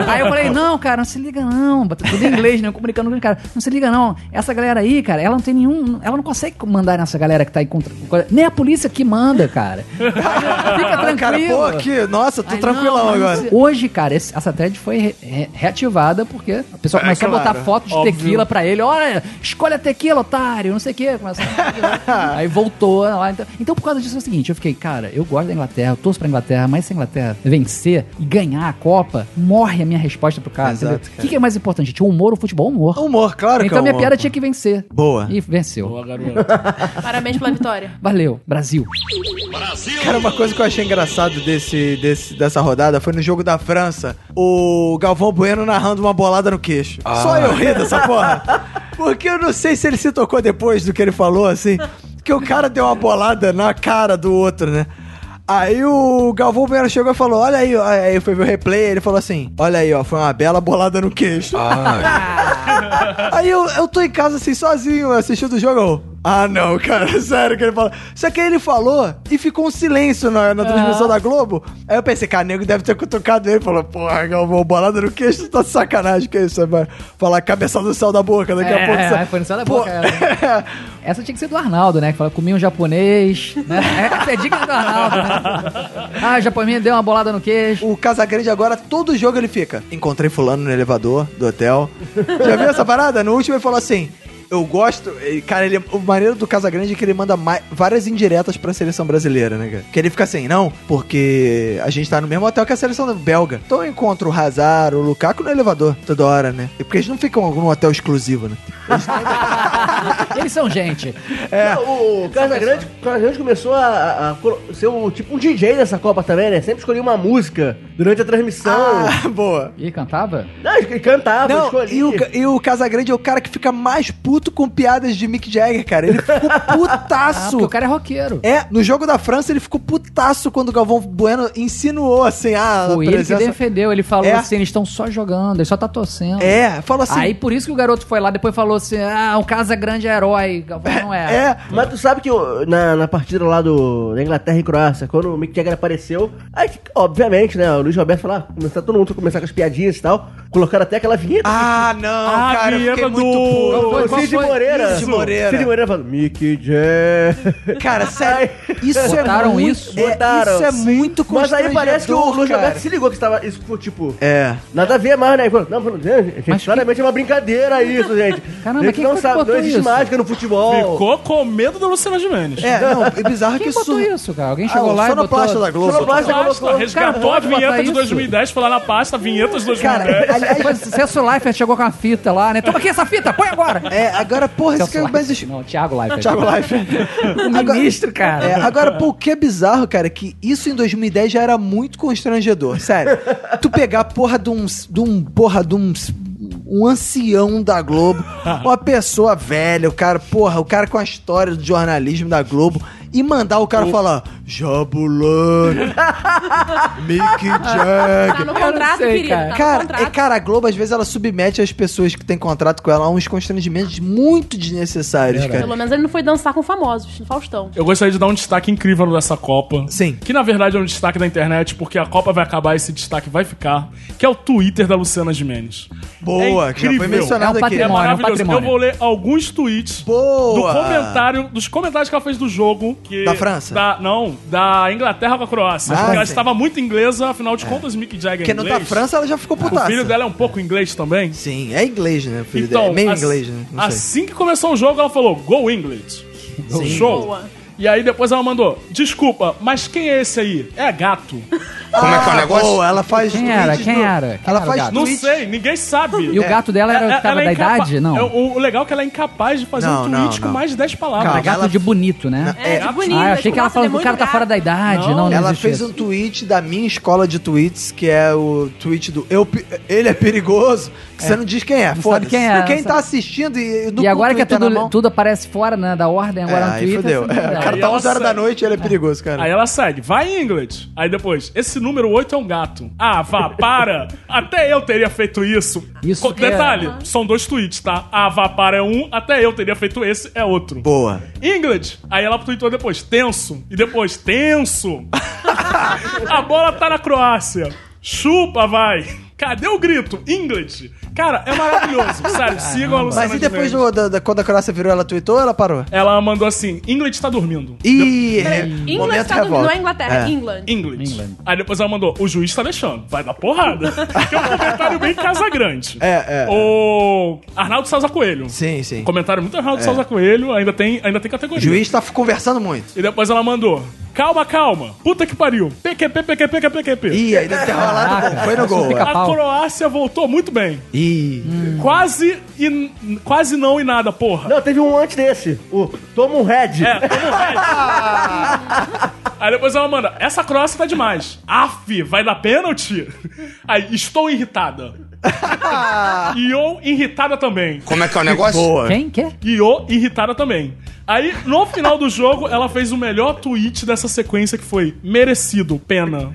S5: Aí eu falei: Não, cara, não se liga não. Tudo em inglês, né? Eu comunicando com o cara. Não se liga não. Essa galera aí, cara, ela não tem nenhum. Ela não consegue mandar nessa galera que tá aí contra. Nem a polícia que manda, cara. Fica
S1: Ah,
S5: tranquilo.
S1: cara, pô, aqui, nossa, tô
S5: Ai,
S1: tranquilão
S5: não, mas
S1: agora.
S5: esse- Hoje, cara, esse- essa thread foi re- re- reativada porque o pessoal
S1: É,
S5: começou a
S1: claro,
S5: botar foto de
S4: óbvio.
S5: tequila pra ele. Olha, escolhe a tequila, otário, não sei o quê. Começou a- Aí voltou lá. Então, então, por causa disso, é o seguinte: eu fiquei, cara, eu gosto da Inglaterra, eu torço pra Inglaterra, mas se a Inglaterra vencer e ganhar a Copa, morre a minha resposta pro cara.
S1: Exato,
S5: entendeu?
S1: cara.
S5: O que, que é mais importante, gente? O humor, o futebol, o humor.
S1: Humor, claro que
S5: então,
S1: é
S5: minha
S1: humor.
S5: piada tinha que vencer.
S1: Boa.
S5: E venceu.
S4: Boa, garoto.
S3: é Parabéns pela vitória.
S5: Valeu, Brasil.
S1: Cara, uma coisa que eu achei engraçado desse, desse, dessa rodada foi no jogo da França, o Galvão Bueno narrando uma bolada no queixo. Só eu ri dessa porra. Porque eu não sei se ele se tocou depois do que ele falou, assim, que o cara deu uma bolada na cara do outro, né? Aí o Galvão Bueno chegou e falou, olha aí, ó. aí eu fui ver o replay, ele falou assim, olha aí, ó, foi uma bela bolada no queixo. Aí eu, eu tô em casa assim, sozinho, assistindo o jogo. eu, Ah, não, cara, sério que ele fala. Só que aí ele falou e ficou um silêncio na, na transmissão da Globo. Aí eu pensei, cara, nego deve ter cutucado ele. Falou, porra, Galvão, bolada no queixo, tu tá de sacanagem. Que isso, você vai falar cabeça do céu da boca daqui a
S5: É,
S1: pouco.
S5: é, foi no céu da boca,
S1: é.
S5: Essa tinha que ser do Arnaldo, né? Que fala, comi um japonês, né? Essa é dica do Arnaldo, né? Ah, o japonês deu uma bolada no queijo.
S1: O Casagrande agora, todo jogo ele fica. Encontrei fulano no elevador do hotel. Já viu essa parada? No último ele falou assim: eu gosto. eh, Cara, ele, o maneiro do Casagrande é que ele manda mai- várias indiretas pra seleção brasileira, né, cara? Que ele fica assim, não, porque a gente tá no mesmo hotel que a seleção belga. Então eu encontro o Hazard, o Lukaku no elevador toda hora, né? E porque eles não ficam num hotel exclusivo, né?
S5: Eles são gente.
S1: É.
S2: Não, o Casagrande, o Casagrande começou a, a- a colo- ser um, tipo um DJ dessa Copa também, né? Sempre escolhia uma música durante a transmissão.
S1: Ah, boa.
S5: E cantava?
S2: Ah, ele cantava,
S1: Não,
S2: escolhia.
S1: e o, Ca- e o Casagrande é o cara que fica mais puto com piadas de Mick Jagger, cara. Ele ficou
S5: Ah,
S1: putaço.
S5: porque o cara é roqueiro.
S1: É, no jogo da França ele ficou putaço quando o Galvão Bueno insinuou assim, ah, a
S5: Foi ele que
S1: presença...
S5: defendeu. Ele falou
S1: É.
S5: assim: eles estão só jogando, ele só tá torcendo.
S1: É, falou assim.
S5: Aí por isso que o garoto foi lá, depois falou assim: ah, o Casagrande é herói. Galvão não é.
S1: é.
S2: Mas tu sabe que o- na, na partida lá do, da Inglaterra e Croácia, quando o Mick Jagger apareceu, aí, obviamente, né, o Luiz Roberto falou, ah, começar todo mundo começar com as piadinhas e tal, colocaram até aquela vinheta.
S1: Ah, não,
S4: Ah,
S1: cara, eu fiquei
S4: vinheta
S1: muito
S4: do-
S1: puto.
S5: Qual foi?
S2: O
S5: Qual
S2: Cid
S5: foi?
S2: Moreira.
S1: Cid Moreira.
S2: Cid Moreira falando, Mick Jagger.
S1: Cara, sério, isso é
S5: Botaram
S1: muito...
S5: isso?
S1: É,
S2: Botaram.
S1: isso é muito
S2: Mas aí parece que o Luiz
S1: cara.
S2: Roberto se ligou que estava isso foi tipo...
S1: É.
S2: Nada a ver mais, né? Ele falou, Não, falou, gente,
S5: Mas que-
S2: claramente é uma brincadeira isso, gente.
S5: Caramba,
S2: gente
S5: quem
S2: não
S5: foi que
S2: sabe,
S5: botou
S2: não existe
S5: isso?
S2: mágica no futebol.
S4: Ficou com medo da Luciana Gimenez.
S1: É, não, é bizarro
S5: Quem
S1: que
S5: botou isso, cara? Alguém chegou
S1: Ah, o
S5: lá e botou...
S1: sonoplasta da Globo.
S2: Sonoplasta
S4: Pasta,
S2: colocou.
S5: Cara,
S4: resgatou a
S5: pode botar
S4: vinheta de
S5: isso?
S4: 2010, foi lá na pasta, vinhetas de 2010.
S1: Cara, aliás,
S5: Depois, É. Celso Leifert chegou com a fita lá, né? Toma aqui essa fita, põe agora!
S1: é, agora, porra, isso
S5: Celso
S1: que é o
S5: Leifert.
S1: mais... es-
S5: Não, Thiago Leifert.
S1: Thiago Life.
S5: O ministro, cara.
S1: É, agora, pô, o que é bizarro, cara, que isso em 2010 já era muito constrangedor, sério. tu pegar a porra de um, de um porra de um, um ancião da Globo, uma pessoa velha, o cara, porra, o cara com a história do jornalismo da Globo, e mandar o cara falar, Jabulani, Mick Jagger.
S3: Tá no
S5: não
S3: contrato,
S5: É, sei,
S3: querido. Tá
S5: cara.
S3: no
S1: Cara, é,
S3: contrato.
S1: cara, a Globo às vezes ela submete as pessoas que têm contrato com ela a uns constrangimentos muito desnecessários, cara.
S3: Pelo menos ele não foi dançar com famosos, no Faustão.
S4: Eu gostaria de dar um destaque incrível nessa Copa.
S1: Sim.
S4: Que na verdade é um destaque da internet, porque a Copa vai acabar e esse destaque vai ficar. Que é o Twitter da Luciana Gimenez.
S1: Boa,
S4: É
S1: que já foi
S4: incrível.
S1: mencionado
S5: É um
S1: aqui.
S5: patrimônio.
S4: É maravilhoso.
S5: patrimônio.
S4: Eu vou ler alguns tweets
S1: Boa!
S4: do comentário, dos comentários que ela fez do jogo. Que
S1: Da França?
S4: da- não, da Inglaterra com a Croácia.
S1: Ah,
S4: porque ela
S1: sim.
S4: estava muito inglesa, afinal de contas, Mick Jagger é
S1: Porque não
S4: inglês.
S1: tá França, ela já ficou
S4: O
S1: putaça.
S4: filho dela é um pouco inglês também.
S1: Sim, é inglês, né? O filho dela.
S4: Então,
S1: É meio
S4: ass-
S1: inglês, né? Não sei.
S4: assim que começou o jogo, ela falou, Go England. Show.
S3: Boa.
S4: E aí depois ela mandou, desculpa, mas quem é esse aí? É gato?
S6: Como é que é o negócio?
S1: Boa, ela faz
S5: Quem
S1: tweets
S5: era? Quem
S1: no-
S5: era? Quem
S1: ela
S5: era o
S1: faz
S5: gato?
S4: Não
S1: tweets-
S4: sei, ninguém sabe.
S5: E o gato dela era,
S4: É-
S5: ficava
S4: ela
S5: da
S4: é incapa-
S5: idade? Não.
S4: É, o, o legal é que ela é incapaz de fazer
S1: Não,
S4: um
S1: não,
S4: tweet com
S1: não.
S4: mais de 10
S5: Era
S4: palavras.
S1: Calma.
S5: gato
S1: ela-
S5: de bonito, né?
S3: É,
S1: É,
S3: de bonito.
S5: Ah, eu achei
S3: tipo,
S5: que ela
S3: nossa,
S5: falou
S3: ele
S5: que
S3: é
S5: o cara
S3: muito
S5: tá fora
S3: gato.
S5: da idade.
S4: Não.
S5: Não, não
S1: Ela
S5: existe
S1: fez
S5: isso.
S1: um tweet da minha escola de tweets, que é o tweet do eu, pe- Ele é perigoso, que você não diz quem é.
S5: Não
S1: Foda-se.
S5: sabe quem é,
S1: Quem
S5: não
S1: tá assistindo e
S5: E agora que é tudo,
S1: tudo
S5: tudo aparece fora né, da ordem, agora no
S1: aí
S5: Twitter.
S1: fudeu.
S5: assim,
S1: É, o
S5: é.
S1: cara
S4: Aí
S1: tá
S4: ela
S1: 11 horas da
S4: segue.
S1: noite ele é perigoso,
S4: Aí
S1: cara.
S4: ela segue, vai England. Aí depois, esse número 8 é um gato. Ah, vá, para! Até eu teria feito isso.
S5: Isso
S4: Co-
S5: que é-
S4: Detalhe, são dois tweets, tá? Ah, vá, para é um, até eu teria feito esse, é outro.
S1: Boa.
S4: Ingrid. Aí ela tweetou depois, tenso. E depois, tenso. a bola tá na Croácia. Chupa, vai. Cadê o grito? Ingrid. Cara, é maravilhoso. Sério, sigam a Luciana
S1: Mas e depois
S4: Gimenez.
S1: do, da, da- quando a Croácia virou, ela tweetou ela parou?
S4: Ela mandou assim, Ingrid tá dormindo.
S1: Ih, é,
S3: England
S1: momento
S3: tá dormindo, não
S1: revolta.
S3: é Inglaterra, England.
S4: England. Aí depois ela mandou, o juiz tá deixando, vai dar porrada. que é um comentário bem casa grande.
S1: É, é.
S4: O Arnaldo Souza Coelho. Um
S1: Sim, sim.
S4: Comentário muito Arnaldo Souza Coelho, ainda tem, ainda tem
S1: O
S5: é
S4: categoria.
S1: juiz tá f- conversando muito.
S4: E depois ela mandou, calma, calma, puta que pariu, PQP, PQP, PQP, PQP.
S1: Ih, aí deve ter rolado.
S5: Caraca.
S1: Foi no gol.
S5: Fica-
S1: é.
S4: A
S5: Pau.
S4: Croácia voltou muito bem.
S1: Ih.
S4: Quase e quase não e nada, porra.
S2: Não, teve um antes desse. O Toma um Red.
S4: É, como é? Aí depois ela manda, essa Croácia tá demais. Aff, vai dar pênalti? Aí, estou irritada. e eu irritada também.
S6: Como é que é o negócio?
S1: Boa.
S5: Quem? Quê?
S4: E eu irritada também. Aí, no final do jogo, ela fez o melhor tweet dessa sequência que foi merecido, pena.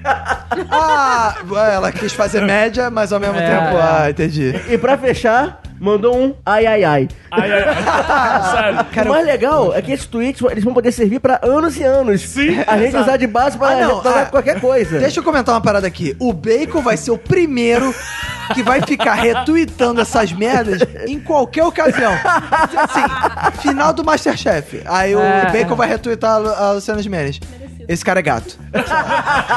S1: Ah, ela quis fazer média, mas ao mesmo
S5: É.
S1: tempo. Ah, entendi.
S2: E pra fechar, mandou um ai ai ai.
S4: Aí, aí, aí. Sério.
S1: Cara,
S2: o mais legal é que esses tweets eles vão poder servir pra anos e anos.
S4: Sim,
S2: A gente usar de base pra
S1: Ah, não,
S2: retornar
S1: ah,
S2: qualquer coisa.
S1: Deixa eu comentar uma parada aqui. O Bacon vai ser o primeiro que vai ficar retweetando essas merdas em qualquer ocasião. Assim, final do Masterchef. Aí o
S5: É.
S1: Bacon vai retweetar a Lu- a Luciana Gimenez. Esse cara é gato.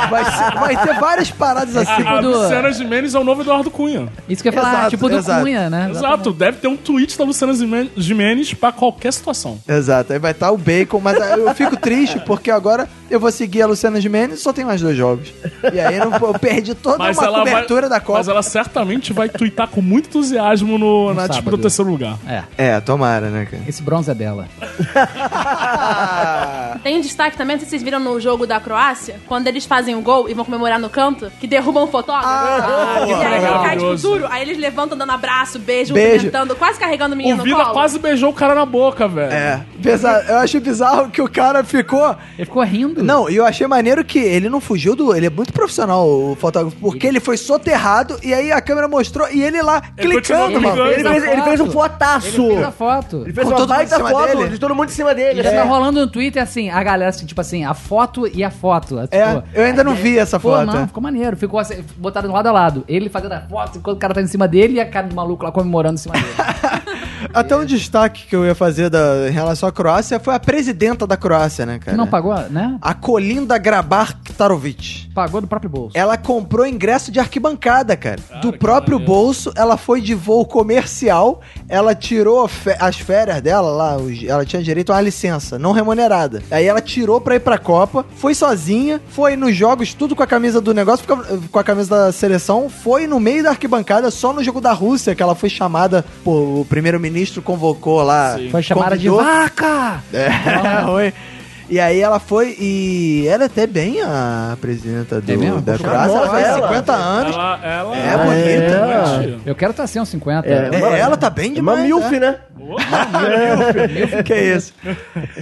S1: Vai, ser- vai ter várias paradas assim.
S4: A, a
S5: do-
S4: Luciana Gimenez é o novo Eduardo Cunha.
S5: Isso que eu ia falar,
S1: Exato,
S5: tipo do
S1: exato.
S5: Cunha, né?
S4: Exato, deve ter um tweet da Luciana Gimen- Gimenez pra qualquer situação.
S1: Exato, aí vai estar o bacon, mas aí eu fico triste porque agora eu vou seguir a Luciana Gimenez e só tem mais dois jogos. E aí eu, não- eu perdi toda
S4: Mas
S1: uma
S4: ela, vai,
S1: cobertura da Copa.
S4: mas ela certamente vai tweetar com muito entusiasmo no, na disputa
S5: sábado.
S4: do terceiro lugar.
S5: É,
S1: É, tomara, né, cara?
S5: esse bronze é dela.
S3: Tem um destaque também, não sei se vocês viram no jogo da Croácia, quando eles fazem o gol e vão comemorar no canto, que derrubam o fotógrafo.
S1: Ah,
S3: e aí ele cai tipo
S4: maravilhoso.
S3: duro, aí eles levantam dando abraço, beijo,
S1: Beijo.
S3: cumprimentando, quase carregando o menino
S4: o
S3: no
S4: Vida
S3: colo.
S4: quase beijou o cara na boca, velho.
S1: É, pesa- eu acho bizarro que o cara ficou.
S5: Ele ficou rindo.
S1: Não, e eu achei maneiro que ele não fugiu do. Ele é muito profissional, o fotógrafo, porque ele foi soterrado e aí a câmera mostrou e ele lá
S4: Ele
S1: clicando,
S4: continuou
S1: mano.
S4: clicando.
S2: Ele fez, ele fez um
S5: Ele
S2: fotaço.
S5: fez a foto.
S2: Ele fez
S1: Com
S2: uma
S1: todo mundo em
S2: baita
S1: cima
S2: foto
S1: dele?
S2: de todo mundo em cima dele. né?
S5: E já tá rolando no Twitter, assim, a galera, assim, tipo assim, a foto e a foto. assim,
S1: É,
S5: pô.
S1: eu ainda não vi essa
S5: Pô,
S1: foto. é.
S5: não, ficou maneiro. Ficou assim, botaram lado a lado. Ele fazendo a foto enquanto o cara tá em cima dele e a cara do maluco lá comemorando em cima dele.
S1: Até um destaque que eu ia fazer da- em relação à Croácia foi a presidenta da Croácia, né,
S5: Que
S1: cara?
S5: não pagou, né?
S1: A Kolinda Grabar Ktarovic.
S5: Pagou do próprio bolso.
S1: Ela comprou ingresso de arquibancada, cara. Do próprio bolso, ela foi de voo comercial, ela tirou fe- as férias dela lá, os- ela tinha direito a uma licença, não remunerada. Aí ela tirou pra ir pra Copa, foi sozinha, foi nos jogos, tudo com a camisa do negócio, ficava- com a camisa da seleção, foi no meio da arquibancada, só no jogo da Rússia, que ela foi chamada, pô, o primeiro-ministro convocou lá.
S5: Foi chamada de
S1: convidou.
S5: vaca!
S1: É, ruim. E aí ela foi e era até bem a presidenta do,
S5: É mesmo?
S1: da
S5: Poxa,
S1: Croácia, ela
S2: nossa,
S1: faz
S2: ela.
S1: 50 anos.
S4: Ela, ela
S1: É né? bonita,
S4: Gente,
S5: Eu quero estar assim, uns 50.
S1: É,
S2: uma-
S1: ela tá bem
S2: É uma
S1: demais.
S2: milf,
S1: né?
S2: né?
S1: que é isso.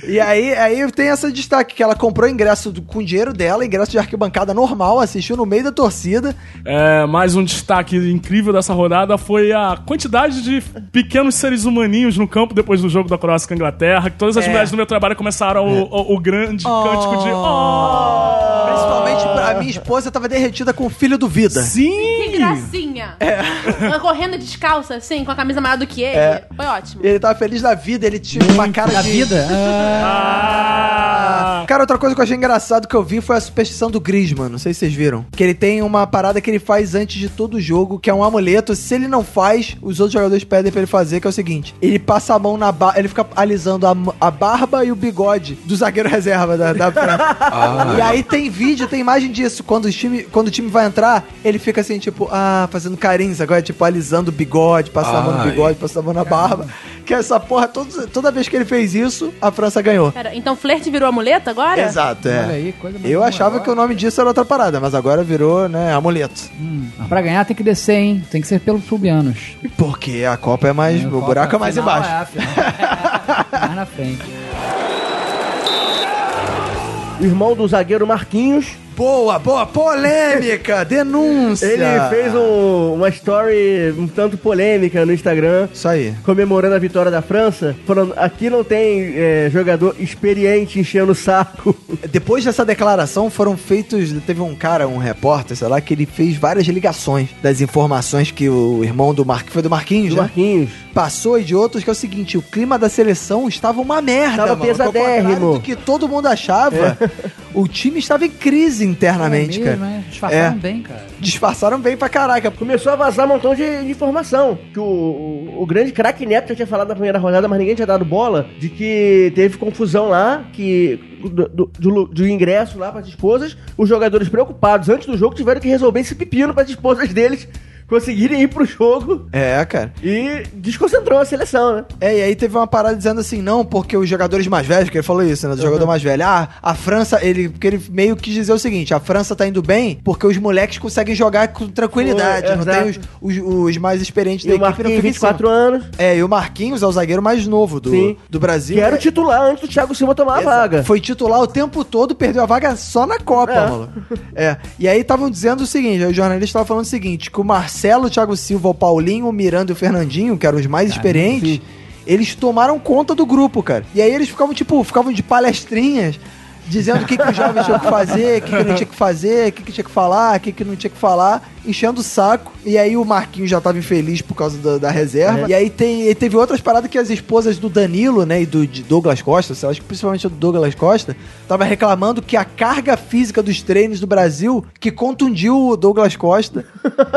S1: E aí, aí tem esse destaque que ela comprou ingresso do- com dinheiro dela, ingresso de arquibancada normal, assistiu no meio da torcida.
S4: É, mais um destaque incrível dessa rodada foi a quantidade de pequenos seres humaninhos no campo depois do jogo da Croácia com a Inglaterra, que
S1: É.
S4: todas as mulheres do meu trabalho começaram o, o- o grande cântico de... Oh!
S1: Principalmente pra minha esposa tava derretida com o filho do Vida.
S4: Sim!
S3: Que gracinha.
S1: É.
S3: Ela Correndo descalça, assim, com a camisa maior do que ele. Foi ótimo.
S1: Ele tava feliz da vida, ele tinha uma cara
S5: Da
S1: de
S5: vida?
S4: Ah!
S1: Cara, outra coisa que eu achei engraçado que eu vi foi a superstição do Griezmann, não sei se vocês viram. Que ele tem uma parada que ele faz antes de todo jogo, que é um amuleto. Se ele não faz, os outros jogadores pedem pra ele fazer, que é o seguinte. Ele passa a mão na barba, ele fica alisando a, m- a barba e o bigode do zagueiro reserva da, da frente. E aí tem vídeo, tem imagem disso. Quando o, time, quando o time vai entrar, ele fica assim, tipo, ah, fazendo carinhos agora, tipo, alisando o bigode, passando a mão no
S6: Ai.
S1: bigode, passando a mão na barba. Que essa porra, todos- toda vez que ele fez isso, a França ganhou.
S3: Pera, então flerte virou amuleto agora?
S1: Exato, é.
S5: Olha aí, coisa mais
S1: Eu achava
S5: maior.
S1: que o nome disso era outra parada, mas agora virou, né, amuleto.
S5: Ah, Pra ganhar tem que descer, hein? Tem que ser pelos tubianos.
S1: Porque a Copa é mais. o
S5: Copa,
S1: buraco é mais
S5: final,
S1: embaixo.
S5: é a final. mais na frente.
S2: O irmão do zagueiro Marquinhos,
S1: Boa, boa, polêmica! denúncia!
S2: ele fez um- uma story um tanto polêmica no Instagram.
S1: Isso aí.
S2: Comemorando a vitória da França, falando: aqui não tem é, jogador experiente enchendo o saco.
S1: Depois dessa declaração foram feitos. Teve um cara, um repórter, sei lá, que ele fez várias ligações das informações que o irmão do Marquinhos. Foi do Marquinhos,
S2: Do
S1: né?
S2: Marquinhos.
S1: Passou e de outros, que é o seguinte: o clima da seleção estava uma merda,
S2: Tava
S1: mano. que ao
S2: pesadérrimo. É.
S1: contrário do que todo mundo achava, o time estava em crise internamente,
S5: É
S1: cara.
S5: mesmo, é.
S2: né?
S5: Disfarçaram
S1: É.
S5: bem, cara.
S1: Disfarçaram bem pra caraca.
S2: Começou a vazar um montão de, de informação. Que o, o, o grande craque Neto já tinha falado na primeira rodada, mas ninguém tinha dado bola. De que teve confusão lá, que do, do, do lu- do ingresso lá para as esposas, os jogadores preocupados antes do jogo tiveram que resolver esse pepino para as esposas deles conseguirem ir pro jogo.
S1: É, cara.
S2: E desconcentrou a seleção, né?
S1: É, e aí teve uma parada dizendo assim, não, porque os jogadores mais velhos, que ele falou isso, né? Do
S2: Uhum.
S1: jogador mais velho. Ah, a França, ele, porque ele meio quis dizer o seguinte: a França tá indo bem porque os moleques conseguem jogar com tranquilidade.
S2: Foi,
S1: não
S2: exato.
S1: tem os, os- os mais experientes
S2: E o
S1: não
S2: Marquinhos,
S1: fica em
S2: 24
S1: cima.
S2: anos,
S1: É, e o Marquinhos é o zagueiro mais novo do,
S2: Sim.
S1: do Brasil.
S2: que era o
S1: É,
S2: titular antes do Thiago Silva tomar a
S1: Exato.
S2: vaga.
S1: Foi titular o tempo todo, perdeu a vaga só na Copa,
S2: É.
S1: maluco. É. E aí estavam dizendo o seguinte: o jornalista estava falando o seguinte: que o Marcelo, o Thiago Silva, o Paulinho, o Miranda e o Fernandinho, que eram os mais experientes, eles tomaram conta do grupo, cara. E aí eles ficavam, tipo, ficavam de palestrinhas. dizendo o que, que os jovens tinham que fazer, o que, que não tinha que fazer, o que, que tinha que falar, o que, que não tinha que falar, enchendo o saco. E aí o Marquinhos já tava infeliz por causa da, da reserva. E aí tem, e teve outras paradas que as esposas do Danilo, né, e do de Douglas Costa, eu acho que principalmente o do Douglas Costa, tava reclamando que a carga física dos treinos do Brasil que contundiu o Douglas Costa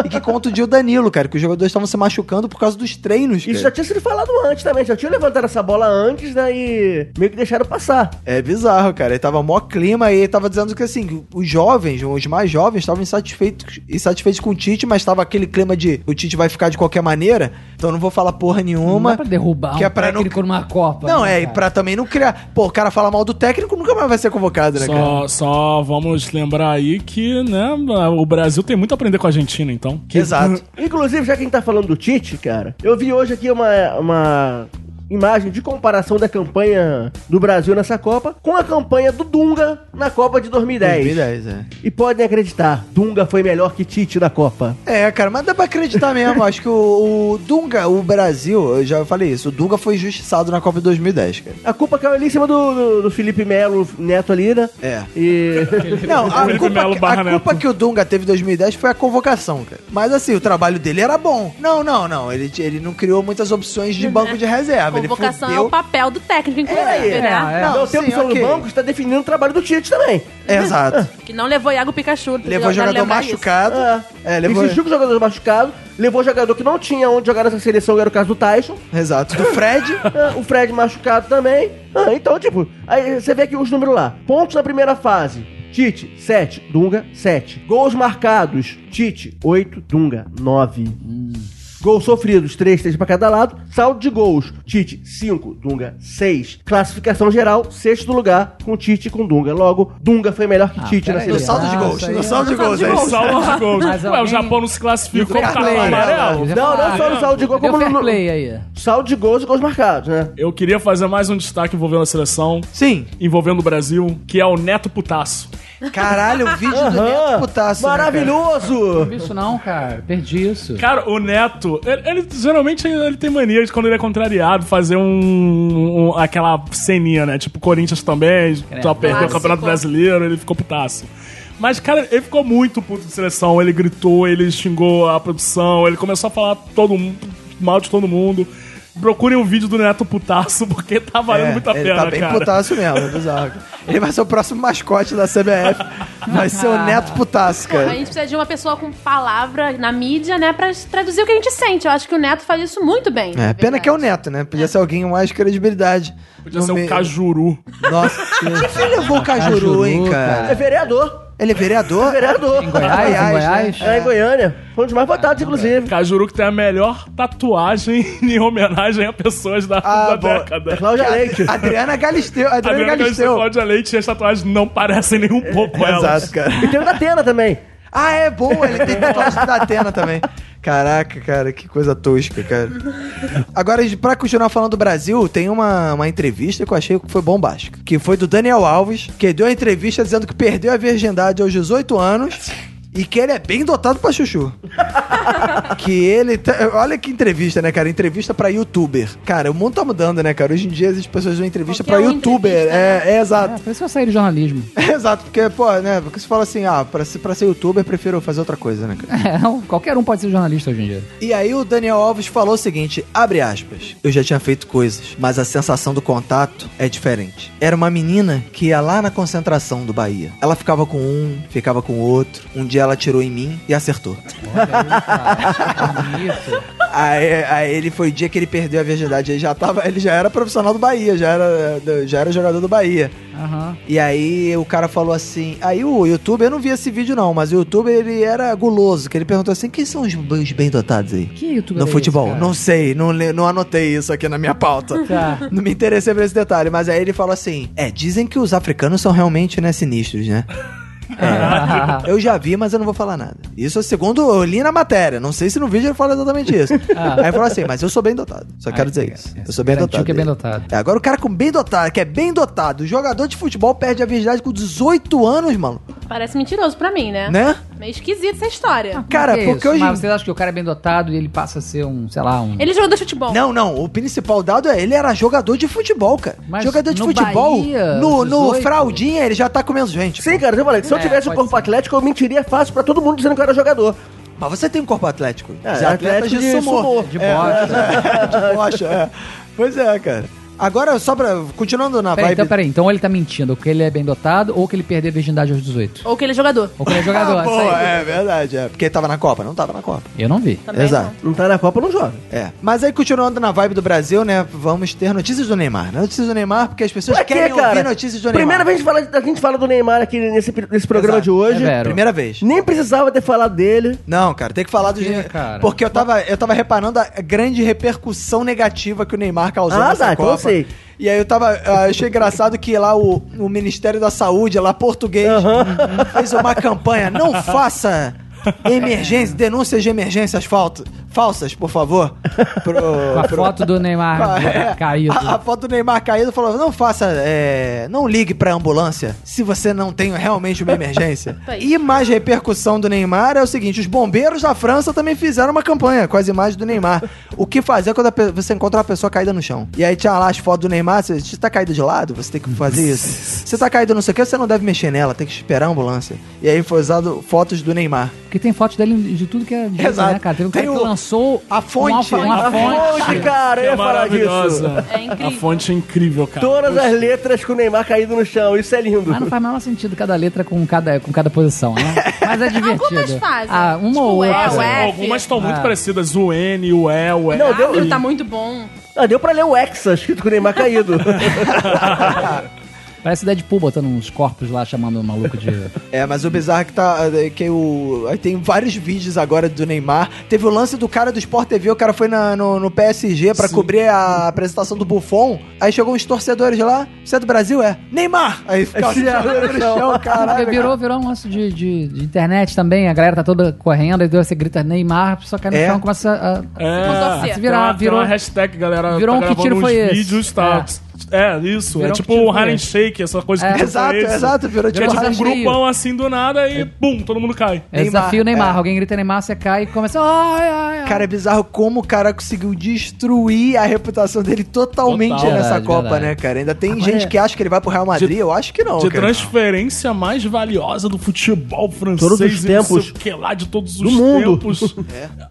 S1: e que contundiu o Danilo, cara, que os jogadores estavam se machucando por causa dos treinos.
S2: Isso é já
S1: cara.
S2: tinha sido falado antes também, já tinha levantado essa bola antes, né? E meio que deixaram passar.
S1: É bizarro, cara. Ele tava mó clima e ele tava dizendo que assim, os jovens, os mais jovens, estavam insatisfeitos, insatisfeitos com o Tite, mas tava aquele clima de o Tite vai ficar de qualquer maneira, então não vou falar porra
S5: Não dá
S1: nenhuma.
S5: pra derrubar
S1: que é
S5: um
S1: pra não-
S5: técnico numa Copa.
S1: Não,
S5: né,
S1: é, e
S5: cara?
S1: pra também não criar. Pô, o cara fala mal do técnico, nunca mais vai ser convocado, né, cara?
S4: Só, só vamos lembrar aí que, né, o Brasil tem muito a aprender com a Argentina, então. Que-
S1: Exato.
S2: Inclusive, já que a gente tá falando do Tite, cara, eu vi hoje aqui uma, uma imagem de comparação da campanha do Brasil nessa Copa com a campanha do Dunga na Copa de 2010.
S1: 2010, é.
S2: E podem acreditar, Dunga foi melhor que Tite na Copa.
S1: É, cara, mas dá pra acreditar mesmo. Acho que o, o Dunga, o Brasil, eu já falei isso, o Dunga foi injustiçado na Copa de 2010, cara.
S2: A culpa caiu ali em cima do, do, do Felipe Melo Neto ali, né?
S1: É.
S2: E...
S1: Não, a
S4: Felipe
S1: culpa,
S4: Melo
S1: que-
S4: barra
S1: a culpa
S4: Neto.
S1: que o Dunga teve em 2010 foi a convocação, cara. Mas assim, o trabalho dele era bom. Não, não, não. Ele, ele não criou muitas opções de banco de reserva. Ele
S3: né? Convocação é
S1: fudeu- É,
S3: o papel do técnico,
S2: Peraí,
S3: inclusive, né?
S2: Não, o
S1: sim,
S2: tempo sobre
S1: ok.
S2: o banco está definindo o trabalho do Tite também.
S1: Exato.
S3: Que não levou Iago Pikachu.
S1: É. Levou jogador machucado. É, levou.
S2: Existiu que jogador machucado, levou jogador que não tinha onde jogar nessa seleção, que era o caso do Tyson.
S1: Exato. Do Fred.
S2: Ah, o Fred machucado também. Ah, então, tipo, aí você vê aqui os números lá. Pontos na primeira fase. Tite, 7. Dunga, 7. Gols marcados. Tite, 8. Dunga, 9. Gols sofridos, 3, 3 pra cada lado. Saldo de gols. Tite, 5. Dunga, 6. Classificação geral, sexto lugar, com Tite e com Dunga. Logo, Dunga foi melhor que Tite na
S5: peraí.
S1: no Ah,
S2: seleção.
S5: Exato,
S1: saldo
S3: Ah,
S1: de gols.
S5: isso aí.
S1: No saldo de
S3: No saldo
S1: gols,
S3: de
S1: é
S3: gols.
S1: isso.
S4: Saldo de gols.
S5: Mas
S4: Ué, o
S5: alguém-
S4: Japão não se classifica como
S1: fair
S4: cartão
S1: play,
S4: Ah, amarelo.
S5: Eu já
S2: Não,
S5: falava,
S2: não só no saldo de gol,
S5: Cadê o
S2: como
S5: fair
S2: no-
S1: é.
S5: play aí.
S2: Saldo de gols e gols marcados, né?
S4: Eu queria fazer mais um destaque envolvendo a seleção,
S1: Sim.
S4: envolvendo o Brasil, que é o Neto Putaço.
S1: Caralho, o vídeo do Neto Putaço. né, cara?
S2: Maravilhoso!
S5: Não vi isso não, cara. Perdi isso.
S4: Cara, o Neto, ele, ele- geralmente ele tem mania de quando ele é contrariado fazer um, um- aquela ceninha, né? Tipo, Corinthians também, só perdeu o
S3: clássico.
S4: Campeonato Brasileiro, ele ficou putaço. Mas, cara, ele ficou muito puto de seleção. Ele gritou, ele xingou a produção, ele começou a falar todo mundo, mal de todo mundo. Procurem o vídeo do Neto putaço, porque tá valendo
S1: É,
S4: muito a
S1: ele
S4: pena,
S1: tá bem
S4: cara.
S1: putaço mesmo, é bizarro. cara. Ele vai ser o próximo mascote da CBF. Vai ser
S3: Ah.
S1: o Neto Putaço,
S3: A
S1: cara.
S3: gente precisa de uma pessoa com palavra na mídia, né, pra traduzir o que a gente sente. Eu acho que o Neto faz isso muito bem.
S1: É, pena que é o Neto, né? Podia ser alguém com mais credibilidade.
S4: Podia
S1: No
S4: ser o
S1: meio-
S4: Cajuru.
S1: Nossa, é que que ele levou o Cajuru,
S5: Cajuru,
S1: hein,
S2: É
S1: cara?
S2: vereador.
S1: Ele é vereador?
S2: Vereador.
S5: Em Goiás, em
S1: né?
S5: Goiás.
S2: É, em Goiânia. Foi um dos mais votados, inclusive.
S4: Cajuru que tem a melhor tatuagem em homenagem a pessoas da,
S1: Ah,
S4: da
S1: bom.
S4: década.
S2: Cláudia Leite.
S1: Adriana Galisteu.
S4: A
S1: Adriana
S4: Bianca Galisteu.
S1: Galisteu.
S4: Cláudia Leite e as tatuagens não parecem nem um pouco elas.
S1: é, Exato, cara.
S2: E tem o da Tena também.
S1: Ah, é boa, ele tem tatuagem da Atena também. Caraca, cara, que coisa tosca, cara. Agora, pra continuar falando do Brasil, tem uma, uma entrevista que eu achei que foi bombástica. Que foi do Daniel Alves, que deu a entrevista dizendo que perdeu a virgindade aos 18 anos e que ele é bem dotado pra chuchu. que ele. tá- Olha que entrevista, né, cara? Entrevista pra youtuber. Cara, o mundo tá mudando, né, cara? Hoje em dia as pessoas dão entrevista
S3: Qualquer
S1: pra
S3: um
S1: youtuber.
S3: entrevista,
S1: é, é, exato.
S5: É, por isso que eu saí do jornalismo.
S1: Exato, porque, pô, né? Porque você fala assim, ah, pra ser, pra ser youtuber, prefiro fazer outra coisa, né, cara?
S5: É, qualquer um pode ser jornalista hoje em dia.
S1: E aí o Daniel Alves falou o seguinte, abre aspas, eu já tinha feito coisas, mas a sensação do contato é diferente. Era uma menina que ia lá na concentração do Bahia. Ela ficava com um, ficava com outro, um dia ela tirou em mim e acertou. Aí, aí ele foi o dia que ele perdeu a virgindade, ele já tava, ele já era profissional do Bahia, já era, já era jogador do Bahia.
S5: Aham.
S1: E aí o cara falou assim. Aí o YouTube, eu não vi esse vídeo não, mas o YouTube ele era guloso, que ele perguntou assim: quem são os, os bem dotados aí?
S5: Que youtuber
S1: No
S5: é
S1: futebol?
S5: esse, cara?
S1: não sei, não, le- não anotei isso aqui na minha pauta.
S5: Tá.
S1: Não me interessei por esse detalhe, mas aí ele falou assim: É, dizem que os africanos são realmente, né, sinistros, né?
S5: Tá. Ah.
S1: É, eu já vi, mas eu não vou falar nada. Isso é segundo eu li na matéria. Não sei se no vídeo ele fala exatamente isso. Aí ele falou assim: Mas eu sou bem dotado. Só quero
S5: Aí,
S1: dizer
S5: Ah. é,
S1: isso.
S5: é,
S1: eu sou bem
S5: garantiu
S1: dotado.
S5: que é bem
S1: dele.
S5: dotado.
S1: É, agora o cara com bem dotado, que é bem dotado, jogador de futebol perde a virgindade com 18 anos, mano.
S3: Parece mentiroso pra mim, né?
S5: É.
S1: Né?
S3: Meio esquisita essa história.
S1: Cara,
S5: Por que
S1: porque
S5: isso?
S1: hoje-
S5: Mas vocês acham que o cara é bem dotado e ele passa a ser um, sei lá, um.
S3: Ele é jogador de futebol.
S1: Não, não. O principal dado é ele era jogador de futebol, cara.
S5: Mas
S1: jogador de
S5: no
S1: futebol,
S5: Bahia,
S1: no, no
S5: 18.
S1: fraldinha, ele já tá comendo gente.
S2: Sim, cara, eu falei, que se eu
S5: É,
S2: tivesse um
S5: pode
S2: corpo
S5: ser.
S2: atlético, eu mentiria fácil pra todo mundo dizendo que eu era jogador.
S1: Mas você tem um corpo atlético.
S2: É,
S1: Você é atleta
S2: atlético
S1: de
S2: de
S1: sumô.
S2: sumô.
S5: De então,
S1: É,
S5: bote,
S1: é, de bocha, é. Pois é, cara. Agora, só pra... Continuando na
S5: Peraí,
S1: vibe...
S5: então, peraí, então ele tá mentindo, ou que ele é bem dotado, ou que ele perdeu a virgindade aos 18.
S3: Ou que ele é jogador.
S5: Ou que ele é
S1: Ah,
S5: jogador.
S1: boa,
S5: essa aí.
S1: é verdade. É. Porque ele tava na Copa. Não tava na Copa.
S5: Eu não vi.
S3: Também
S1: Exato.
S3: não.
S2: Não tá na Copa, não joga.
S1: É. Mas aí, continuando na vibe do Brasil, né? Vamos ter notícias do Neymar. né? Notícias do Neymar, porque as pessoas
S2: Pra quê,
S1: querem
S2: cara?
S1: ouvir notícias do Neymar.
S2: Primeira vez que a gente fala- a gente fala do Neymar aqui nesse, nesse programa
S1: Exato.
S2: de hoje.
S5: É, velho.
S1: Primeira vez.
S2: Nem precisava ter falado dele.
S1: Não, cara, tem que falar do
S5: Por quê,
S1: Neymar.
S5: cara?
S1: Porque eu tava, eu tava reparando a grande repercussão negativa que o Neymar causou
S2: Ah,
S1: nessa
S2: tá, então
S1: Copa.
S2: eu sei.
S1: E aí eu tava. ah, Eu achei engraçado que lá o, o Ministério da Saúde, lá português, fez uma campanha. Não faça emergência, denúncias de emergências falto- falsas, por favor. Pro-
S5: Com a
S1: pro-
S5: foto do Neymar
S1: É,
S5: caído.
S1: A, a foto do Neymar caído falou: não faça. é, não ligue pra ambulância se você não tem realmente uma emergência.
S3: Tá aí.
S1: e mais repercussão do Neymar é o seguinte: os bombeiros da França também fizeram uma campanha com as imagens do Neymar. O que fazer quando a pe- você encontra uma pessoa caída no chão? E aí tinha lá as fotos do Neymar, você, você tá caído de lado, você tem que fazer isso. Você tá caído não sei o que, você não deve mexer nela, tem que esperar a ambulância. E aí foi usado fotos do Neymar.
S5: Porque tem fotos dele de tudo que é jeito,
S1: Exato.
S5: né, cara? Teve um
S1: Tem
S5: cara que
S1: o-
S5: lançou
S1: a fonte.
S5: um alfa- uma,
S1: A
S5: fonte.
S2: Fonte, cara, eu ia falar disso.
S3: É incrível.
S4: A fonte é incrível, cara.
S2: Todas
S4: Os-
S2: as letras com o Neymar caído no chão. Isso é lindo.
S5: Mas não faz o menor sentido cada letra com cada, com cada posição, né? Mas é divertido.
S3: Algumas fazem.
S5: Ah, uma
S3: Tipo,
S5: ou
S3: é,
S5: outra.
S4: As-
S3: o é. F.
S4: Algumas estão muito
S5: Ah.
S4: parecidas. O N, o E, o E.
S2: Não,
S3: Ah,
S2: deu-
S3: ele tá muito bom.
S2: Ah, deu pra ler o Hexa, escrito com o Neymar caído.
S5: Parece Deadpool botando uns corpos lá, chamando o maluco de...
S1: É, mas o bizarro é que tá. é Que o, aí tem vários vídeos agora do Neymar. Teve o lance do cara do Sport TV, o cara foi na- no, no PSG pra cobrir a apresentação do Buffon. Aí chegou uns torcedores lá. Você é do Brasil? É. Neymar! Aí ficava
S2: Esse é
S1: chorando no chão, caralho.
S5: virou, virou um lance de, de, de internet também. A galera tá toda correndo, aí você grita Neymar, só cai no
S1: É.
S5: chão, começa a... a-
S4: É,
S3: Tem
S5: Se virar,
S4: tem uma,
S5: virou...
S4: Tem uma hashtag, galera.
S5: virou um
S4: tá
S5: que tiro
S4: gravando
S5: foi
S4: uns
S5: esse.
S4: vídeos, tá? É, isso.
S5: Virou um
S4: é
S5: que
S4: tipo
S5: tiro
S4: o
S5: foi
S4: Harlem
S5: esse.
S4: Shake, essa coisa
S5: É.
S4: que tiro foi
S1: Exato,
S4: esse.
S1: exato, virou
S4: Que é
S1: tipo
S4: tipo um
S5: desafio.
S4: grupão assim do nada e bum, todo mundo cai.
S5: É
S1: Neymar,
S5: desafio Neymar.
S1: é.
S5: Alguém grita Neymar, você cai e começa... Ai, ai, ai.
S1: Cara, é bizarro como o cara conseguiu destruir a reputação dele totalmente
S4: Total.
S1: nessa
S5: Verdade,
S1: Copa,
S5: verdade.
S1: né, cara? Ainda tem
S5: Agora
S1: gente
S5: é-
S1: que acha que ele vai pro Real Madrid, eu acho que não.
S4: De
S2: é?
S1: cara.
S4: transferência mais valiosa do futebol francês.
S2: Todos os
S4: e não sei
S2: tempos.
S4: o que lá, de todos os
S2: Do mundo. É.
S4: tempos.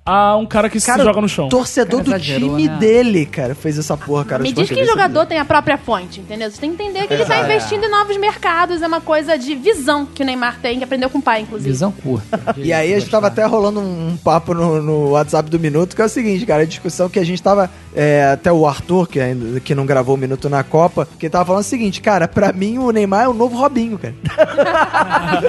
S4: Há um cara que
S1: Cara,
S4: se joga no chão.
S1: torcedor
S5: Cara,
S1: do
S5: exagerou,
S1: time
S5: né?
S1: dele, cara, fez essa porra, cara.
S3: Me
S1: Os
S3: diz que
S1: torcedores-
S3: jogador tem a própria fonte, entendeu? Você tem que entender que ele tá investindo em novos mercados. É uma coisa de visão que o Neymar tem, que aprendeu com o pai, inclusive.
S5: Visão curta.
S1: E aí a gente tava até rolando um um papo no, no WhatsApp do Minuto, que é o seguinte, cara, a discussão que a gente tava, é, até o Arthur, que, ainda, que não gravou o Minuto na Copa, que tava falando o seguinte, cara, pra mim o Neymar é o novo Robinho, cara.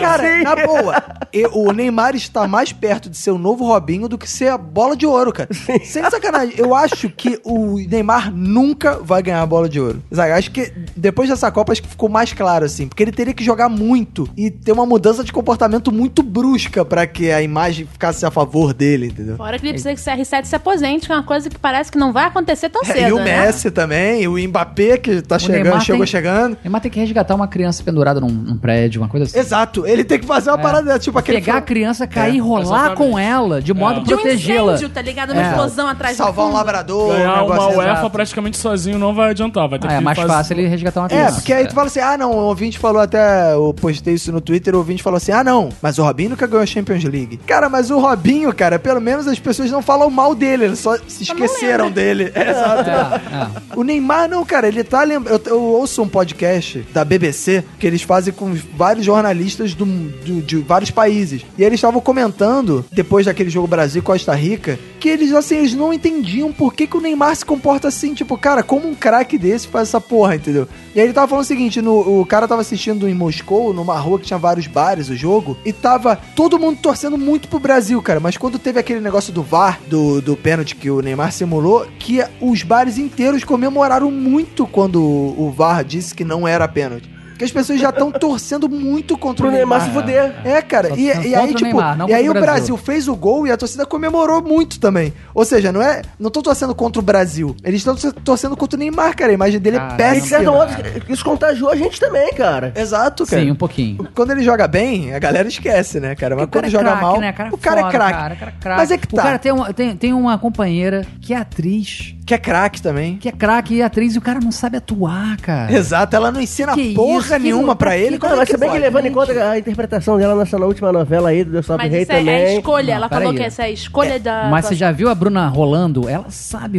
S1: cara,
S2: Sim.
S1: na boa, e- o Neymar está mais perto de ser o novo Robinho do que ser a bola de ouro, cara. Sem sacanagem, eu acho que o Neymar nunca vai ganhar a bola de ouro. Sabe, acho que depois dessa Copa, acho que ficou mais claro, assim, porque ele teria que jogar muito e ter uma mudança de comportamento muito brusca pra que a imagem ficasse a favor dele, entendeu?
S3: Fora que ele precisa que o CR7 se aposente, que é uma coisa que parece que não vai acontecer tão cedo.
S1: e o
S3: né?
S1: Messi também, e o Mbappé que tá chegando,
S5: Neymar
S1: chegou
S5: tem-
S1: chegando.
S5: Neymar tem que resgatar uma criança pendurada num, num prédio, uma coisa assim.
S1: Exato, ele tem que fazer uma parada dessa, tipo aquele
S5: É. Pegar a
S1: filme-
S5: criança, cair,
S1: É,
S5: rolar
S4: exatamente. É.
S5: com ela, de modo a
S3: De um
S5: protegê-la.
S3: incêndio, tá ligado? Uma
S5: É.
S3: explosão atrás
S1: salvar
S3: do
S1: um
S3: fundo.
S1: labrador,
S4: Ganhar
S1: um
S4: uma
S1: negócio
S4: UEFA
S1: exato.
S4: praticamente sozinho não vai adiantar. Vai ter
S3: tá?
S5: Ah,
S4: que
S5: é mais
S4: fazer-
S5: fácil ele resgatar uma
S1: É,
S5: criança.
S1: porque aí tu fala assim, ah não, o ouvinte falou até, eu postei isso no Twitter, o ouvinte falou assim, ah não, mas o Robinho nunca ganhou a Champions League. Cara, mas o Robinho, cara, pelo menos as pessoas não falam mal dele, eles só se esqueceram dele. É, Exato.
S5: É,
S1: O Neymar não, cara, ele tá lembrando. Eu, eu ouço um podcast da BBC que eles fazem com vários jornalistas do, do- de vários países. E eles estavam comentando, depois daquele jogo Brasil e Costa Rica, que eles, assim, eles não entendiam por que, que o Neymar se comporta assim. Tipo, cara, como um craque desse faz essa porra, entendeu? E aí ele tava falando assim, o seguinte: no- o cara tava assistindo em Moscou, numa rua que tinha vários bares, o jogo, e tava todo mundo torcendo muito pro Brasil, cara. Mas quando teve aquele negócio do VAR, do, do pênalti que o Neymar simulou, que os bares inteiros comemoraram muito quando o, o VAR disse que não era pênalti. Porque as pessoas já estão torcendo muito contra
S2: Pro
S1: o Neymar.
S2: Neymar se fuder.
S1: É, cara,
S5: Só
S1: e,
S5: torcendo
S1: e aí,
S5: contra o
S1: tipo,
S5: Neymar, não
S1: e aí o
S5: contra o
S1: Brasil.
S5: Brasil.
S1: fez o gol e a torcida comemorou muito também. Ou seja, não é. Não tô torcendo contra o Brasil. Eles estão torcendo contra o Neymar, cara. A imagem dele
S5: Caralho.
S1: é
S2: E de certa
S1: péssima.
S2: modo, isso contagiou a gente também, cara.
S1: Exato, cara.
S5: Sim, um pouquinho.
S1: Quando ele joga bem, a galera esquece, né, cara? Mas
S5: Porque
S1: quando
S5: o cara é
S1: joga
S5: craque,
S1: mal,
S5: né? cara
S1: o cara
S5: foda,
S1: é craque.
S5: cara, o cara é craque.
S1: Mas é que tá.
S5: O cara tem, um- tem, tem uma companheira que é atriz,
S1: Que é craque também.
S5: que é craque e atriz, e o cara não sabe atuar, cara.
S1: Exato, ela não ensina
S5: Que isso,
S1: porra
S5: que
S1: nenhuma
S5: louco,
S1: pra
S5: que
S1: ele.
S5: louco.
S1: como
S2: Não,
S1: é
S2: mas se bem que
S1: pode?
S2: levando em conta a interpretação dela nessa na última novela aí do Sob
S3: Mas
S2: Rei
S3: isso é, é a
S2: também.
S3: escolha.
S5: Não,
S3: Ela falou
S5: peraí.
S3: que essa é a escolha da.
S5: Mas você
S3: da-
S5: já viu a Bruna rolando? Ela sabe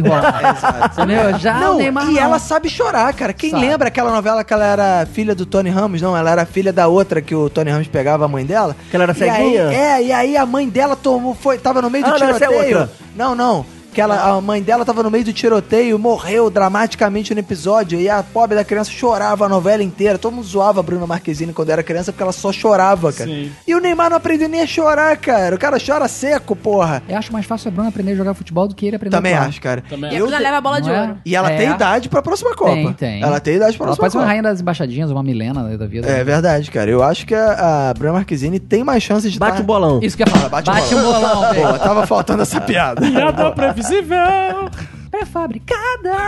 S5: rolar. Entendeu? Já o
S1: Não,
S5: Neymar
S1: e
S5: não.
S1: ela sabe chorar, cara. Quem
S5: Sabe.
S1: lembra aquela novela que ela era filha do Tony Ramos? Não, ela era filha da outra que o Tony Ramos pegava a mãe dela.
S2: Que ela era
S1: E
S2: ceguinha?
S1: aí- é, e aí a mãe dela tomou, foi, tava no meio do
S2: Ah, não, essa é
S1: tiroteio.
S2: outra.
S1: não, não. Que ela, a mãe dela tava no meio do tiroteio, morreu dramaticamente no episódio, e a pobre da criança chorava a novela inteira. Todo mundo zoava a Bruna Marquezine quando era criança porque ela só chorava, cara.
S4: Sim.
S1: E o Neymar não aprendeu nem a chorar, cara. O cara chora seco, porra.
S5: Eu acho mais fácil a Bruna aprender a jogar futebol do que ele aprender
S1: Também
S5: a atuar.
S1: acho, cara.
S4: Também
S3: E a Bruna
S1: Eu-
S3: leva a bola de
S5: Não é?
S3: ouro.
S1: e ela
S5: É.
S1: tem idade pra próxima Copa.
S5: Tem, tem.
S1: Ela tem idade pra
S5: Ela
S1: próxima
S5: pode ser uma
S1: Copa.
S5: rainha das embaixadinhas, uma Milena né, da vida.
S1: É verdade, cara. Eu acho que a, a Bruna Marquezine tem mais chances de
S2: Bate
S1: tá-
S2: o bolão.
S5: Isso que é falar.
S1: Bate
S5: Bate,
S1: o
S5: um bolão, velho.
S1: Pô, tava faltando essa piada.
S4: Piada previsível.
S5: Pré-fabricada!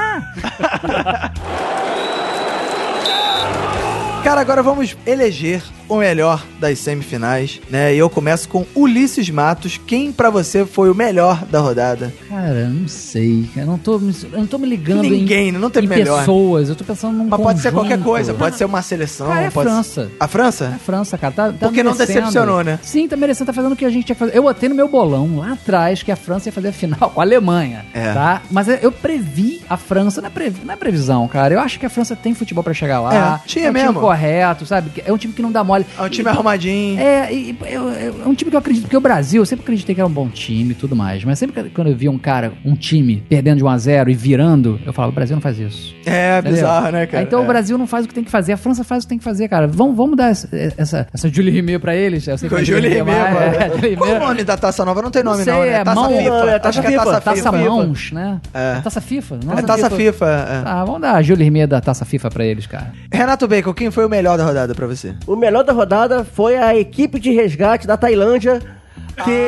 S1: Cara, agora vamos eleger o melhor das semifinais, né? E eu começo com Ulisses Matos. Quem pra você foi o melhor da rodada?
S5: Cara, eu não sei. Eu não tô, me- eu não tô me ligando em,
S1: Ninguém, não
S5: em
S1: teve melhor.
S5: pessoas. Eu tô pensando num
S1: Mas pode ser
S5: Um conjunto.
S1: qualquer coisa, pode ser uma seleção,
S5: Cara, é a
S1: pode ser-
S5: França.
S1: A
S5: É a
S1: França?
S5: França, cara. Tá, tá
S1: Porque não
S5: merecendo.
S1: decepcionou, né?
S5: Sim, tá merecendo. Tá fazendo o que a gente tinha que fazer. Eu botei no meu bolão lá atrás que a França ia fazer a final com a Alemanha.
S1: É.
S5: Tá? Mas eu previ a França. Não é, previ- não é previsão, cara. Eu acho que a França tem futebol pra chegar lá.
S1: É, tinha
S5: um
S1: mesmo.
S5: time correto, sabe? É um time que não dá mole.
S1: É um time
S5: E-
S1: arrumadinho.
S5: É, e- e- eu- eu- é um time que eu acredito, porque o Brasil, eu sempre acreditei que era um bom time e tudo mais, mas sempre que- quando eu via um cara, um time, perdendo de 1 a 0 e virando, eu falava, o Brasil não faz isso.
S1: É,
S5: Entendeu?
S1: bizarro, né, cara?
S5: Então
S1: é.
S5: o Brasil não faz o que tem que fazer, a França faz o que tem que fazer, cara. Vamos, vamos dar essa, essa, essa Julie Rimet pra eles. Eu sei que
S1: Com
S5: é
S1: Júlio Rimet,
S5: mas- é,
S1: mano.
S5: Julie
S1: Qual é o
S5: Rimet.
S1: nome da taça nova? Não tem
S5: Não
S1: nome,
S5: sei,
S1: não, né?
S5: é
S1: Taça
S5: mão-
S1: FIFA.
S2: Não, é
S1: Acho
S2: taça
S1: que é taça
S2: FIFA,
S1: FIFA.
S5: Taça Mãos, né?
S1: É.
S5: É Taça FIFA. não
S1: É taça FIFA. é.
S5: Ah, vamos dar a Julie Rimet da Taça FIFA pra eles, cara.
S1: Renato Bacon, quem foi o melhor da rodada pra você?
S2: O melhor da rodada foi a equipe de resgate da Tailândia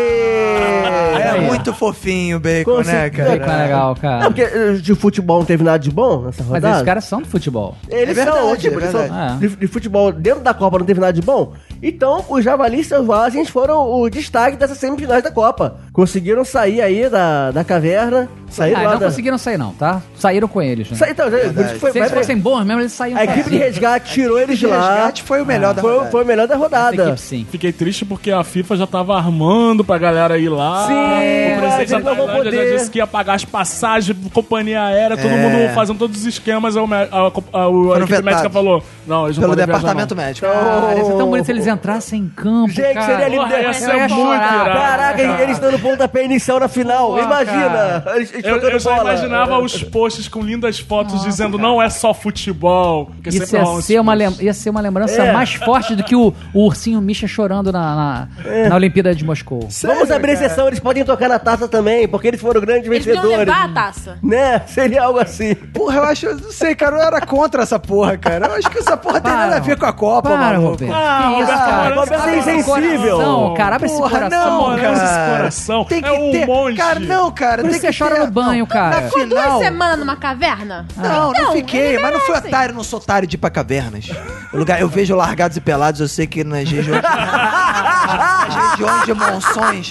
S2: que.
S1: é
S5: aí.
S1: muito fofinho o Bacon,
S2: Consegui-
S1: né,
S5: Que
S1: cara?
S5: mais legal, cara.
S2: Não, porque eh, de futebol não teve nada de bom nessa
S5: Mas
S2: rodada.
S5: esses caras são do futebol.
S2: Eles
S1: É
S2: são,
S1: verdade,
S2: tipo,
S1: é
S2: eles são
S5: verdade.
S2: de, de futebol dentro da Copa não teve nada de bom. Então, os javalis selvagens foram o destaque dessas semifinais da Copa. Conseguiram sair aí da, da caverna, saíram
S5: Ah,
S2: lá
S5: não
S2: da...
S5: conseguiram sair não, tá? Saíram com eles, né?
S2: Sa- Então, por isso que foi,
S5: Se
S2: vai
S5: eles
S2: pra-
S5: fossem bons mesmo, eles saíam
S2: a equipe de
S5: sozinhos.
S2: resgate tirou eles de
S1: O
S2: lá. Ah,
S1: resgate foi o melhor da
S2: foi,
S1: rodada.
S2: foi o melhor da
S5: Essa
S2: rodada.
S5: equipe, sim.
S4: Fiquei triste porque a FIFA já tava armando pra galera ir lá.
S2: Sim,
S4: o
S2: mas
S4: presidente
S2: eles
S4: da
S2: não vão
S4: Tailândia já
S2: poder. É.
S4: disse que ia pagar as passagens, companhia aérea, todo mundo fazendo todos os esquemas. aí o me- A, a, a, a equipe
S1: vetados.
S4: médica falou: Não, eles não
S1: Pelo
S4: podem viajar,
S1: departamento
S4: não.
S1: médico.
S5: Cara, ia ser tão bonito se eles entrassem em campo,
S2: Gente,
S5: cara.
S2: seria lindo.
S4: Porra, ia ser
S5: Eu ia
S4: muito
S5: chorar.
S4: irado,
S2: Caraca,
S4: cara.
S2: eles dando pontapé inicial na final.
S5: Porra,
S2: Imagina!
S5: cara.
S2: Eles- eles
S4: Eu,
S2: jogando
S4: eu já
S2: bola.
S1: é.
S4: imaginava os posts com lindas fotos dizendo não é só futebol. Porque
S5: Isso
S4: É sempre rola
S5: ia
S4: uns
S5: ser, uma
S4: posts.
S5: lem- ia ser uma lembrança
S2: É.
S5: mais forte do que o, o ursinho Misha chorando na, na, na Olimpíada de Moscou.
S2: Vamos abrir exceção, eles podem tocar na taça também, porque eles foram grandes
S3: Eles deviam
S2: vencedores.
S3: levar a taça.
S2: Né? Seria algo assim.
S1: Porra, eu acho, eu não sei, cara, eu era contra essa porra, cara. Eu acho que essa porra tem nada a ver com a Copa,
S5: Para,
S1: maluco.
S5: Roberto.
S4: Ah,
S5: que isso,
S4: Roberto
S5: cara?
S4: Moreira,
S2: Roberto
S4: você
S2: é
S4: tá
S2: insensível.
S5: Coração, cara, abre esse
S1: Porra,
S5: coração.
S1: não, é
S4: Amoroso esse
S1: cara.
S4: coração.
S1: Tem que
S4: É um
S1: ter.
S4: monge.
S1: Cara, não, cara.
S5: Por
S1: tem
S5: isso
S1: que
S5: você chora
S1: ter-
S5: no banho, cara.
S1: Na
S5: Ficou
S3: Ficou duas
S1: final...
S3: semanas numa caverna?
S1: Não, não,
S3: Não,
S1: fiquei,
S3: eles
S1: mas não fui
S3: merecem.
S1: otário, não sou otário de ir pra cavernas. O lugar, eu vejo largados e pelados, eu sei que nas regiões. nas regiões de monções.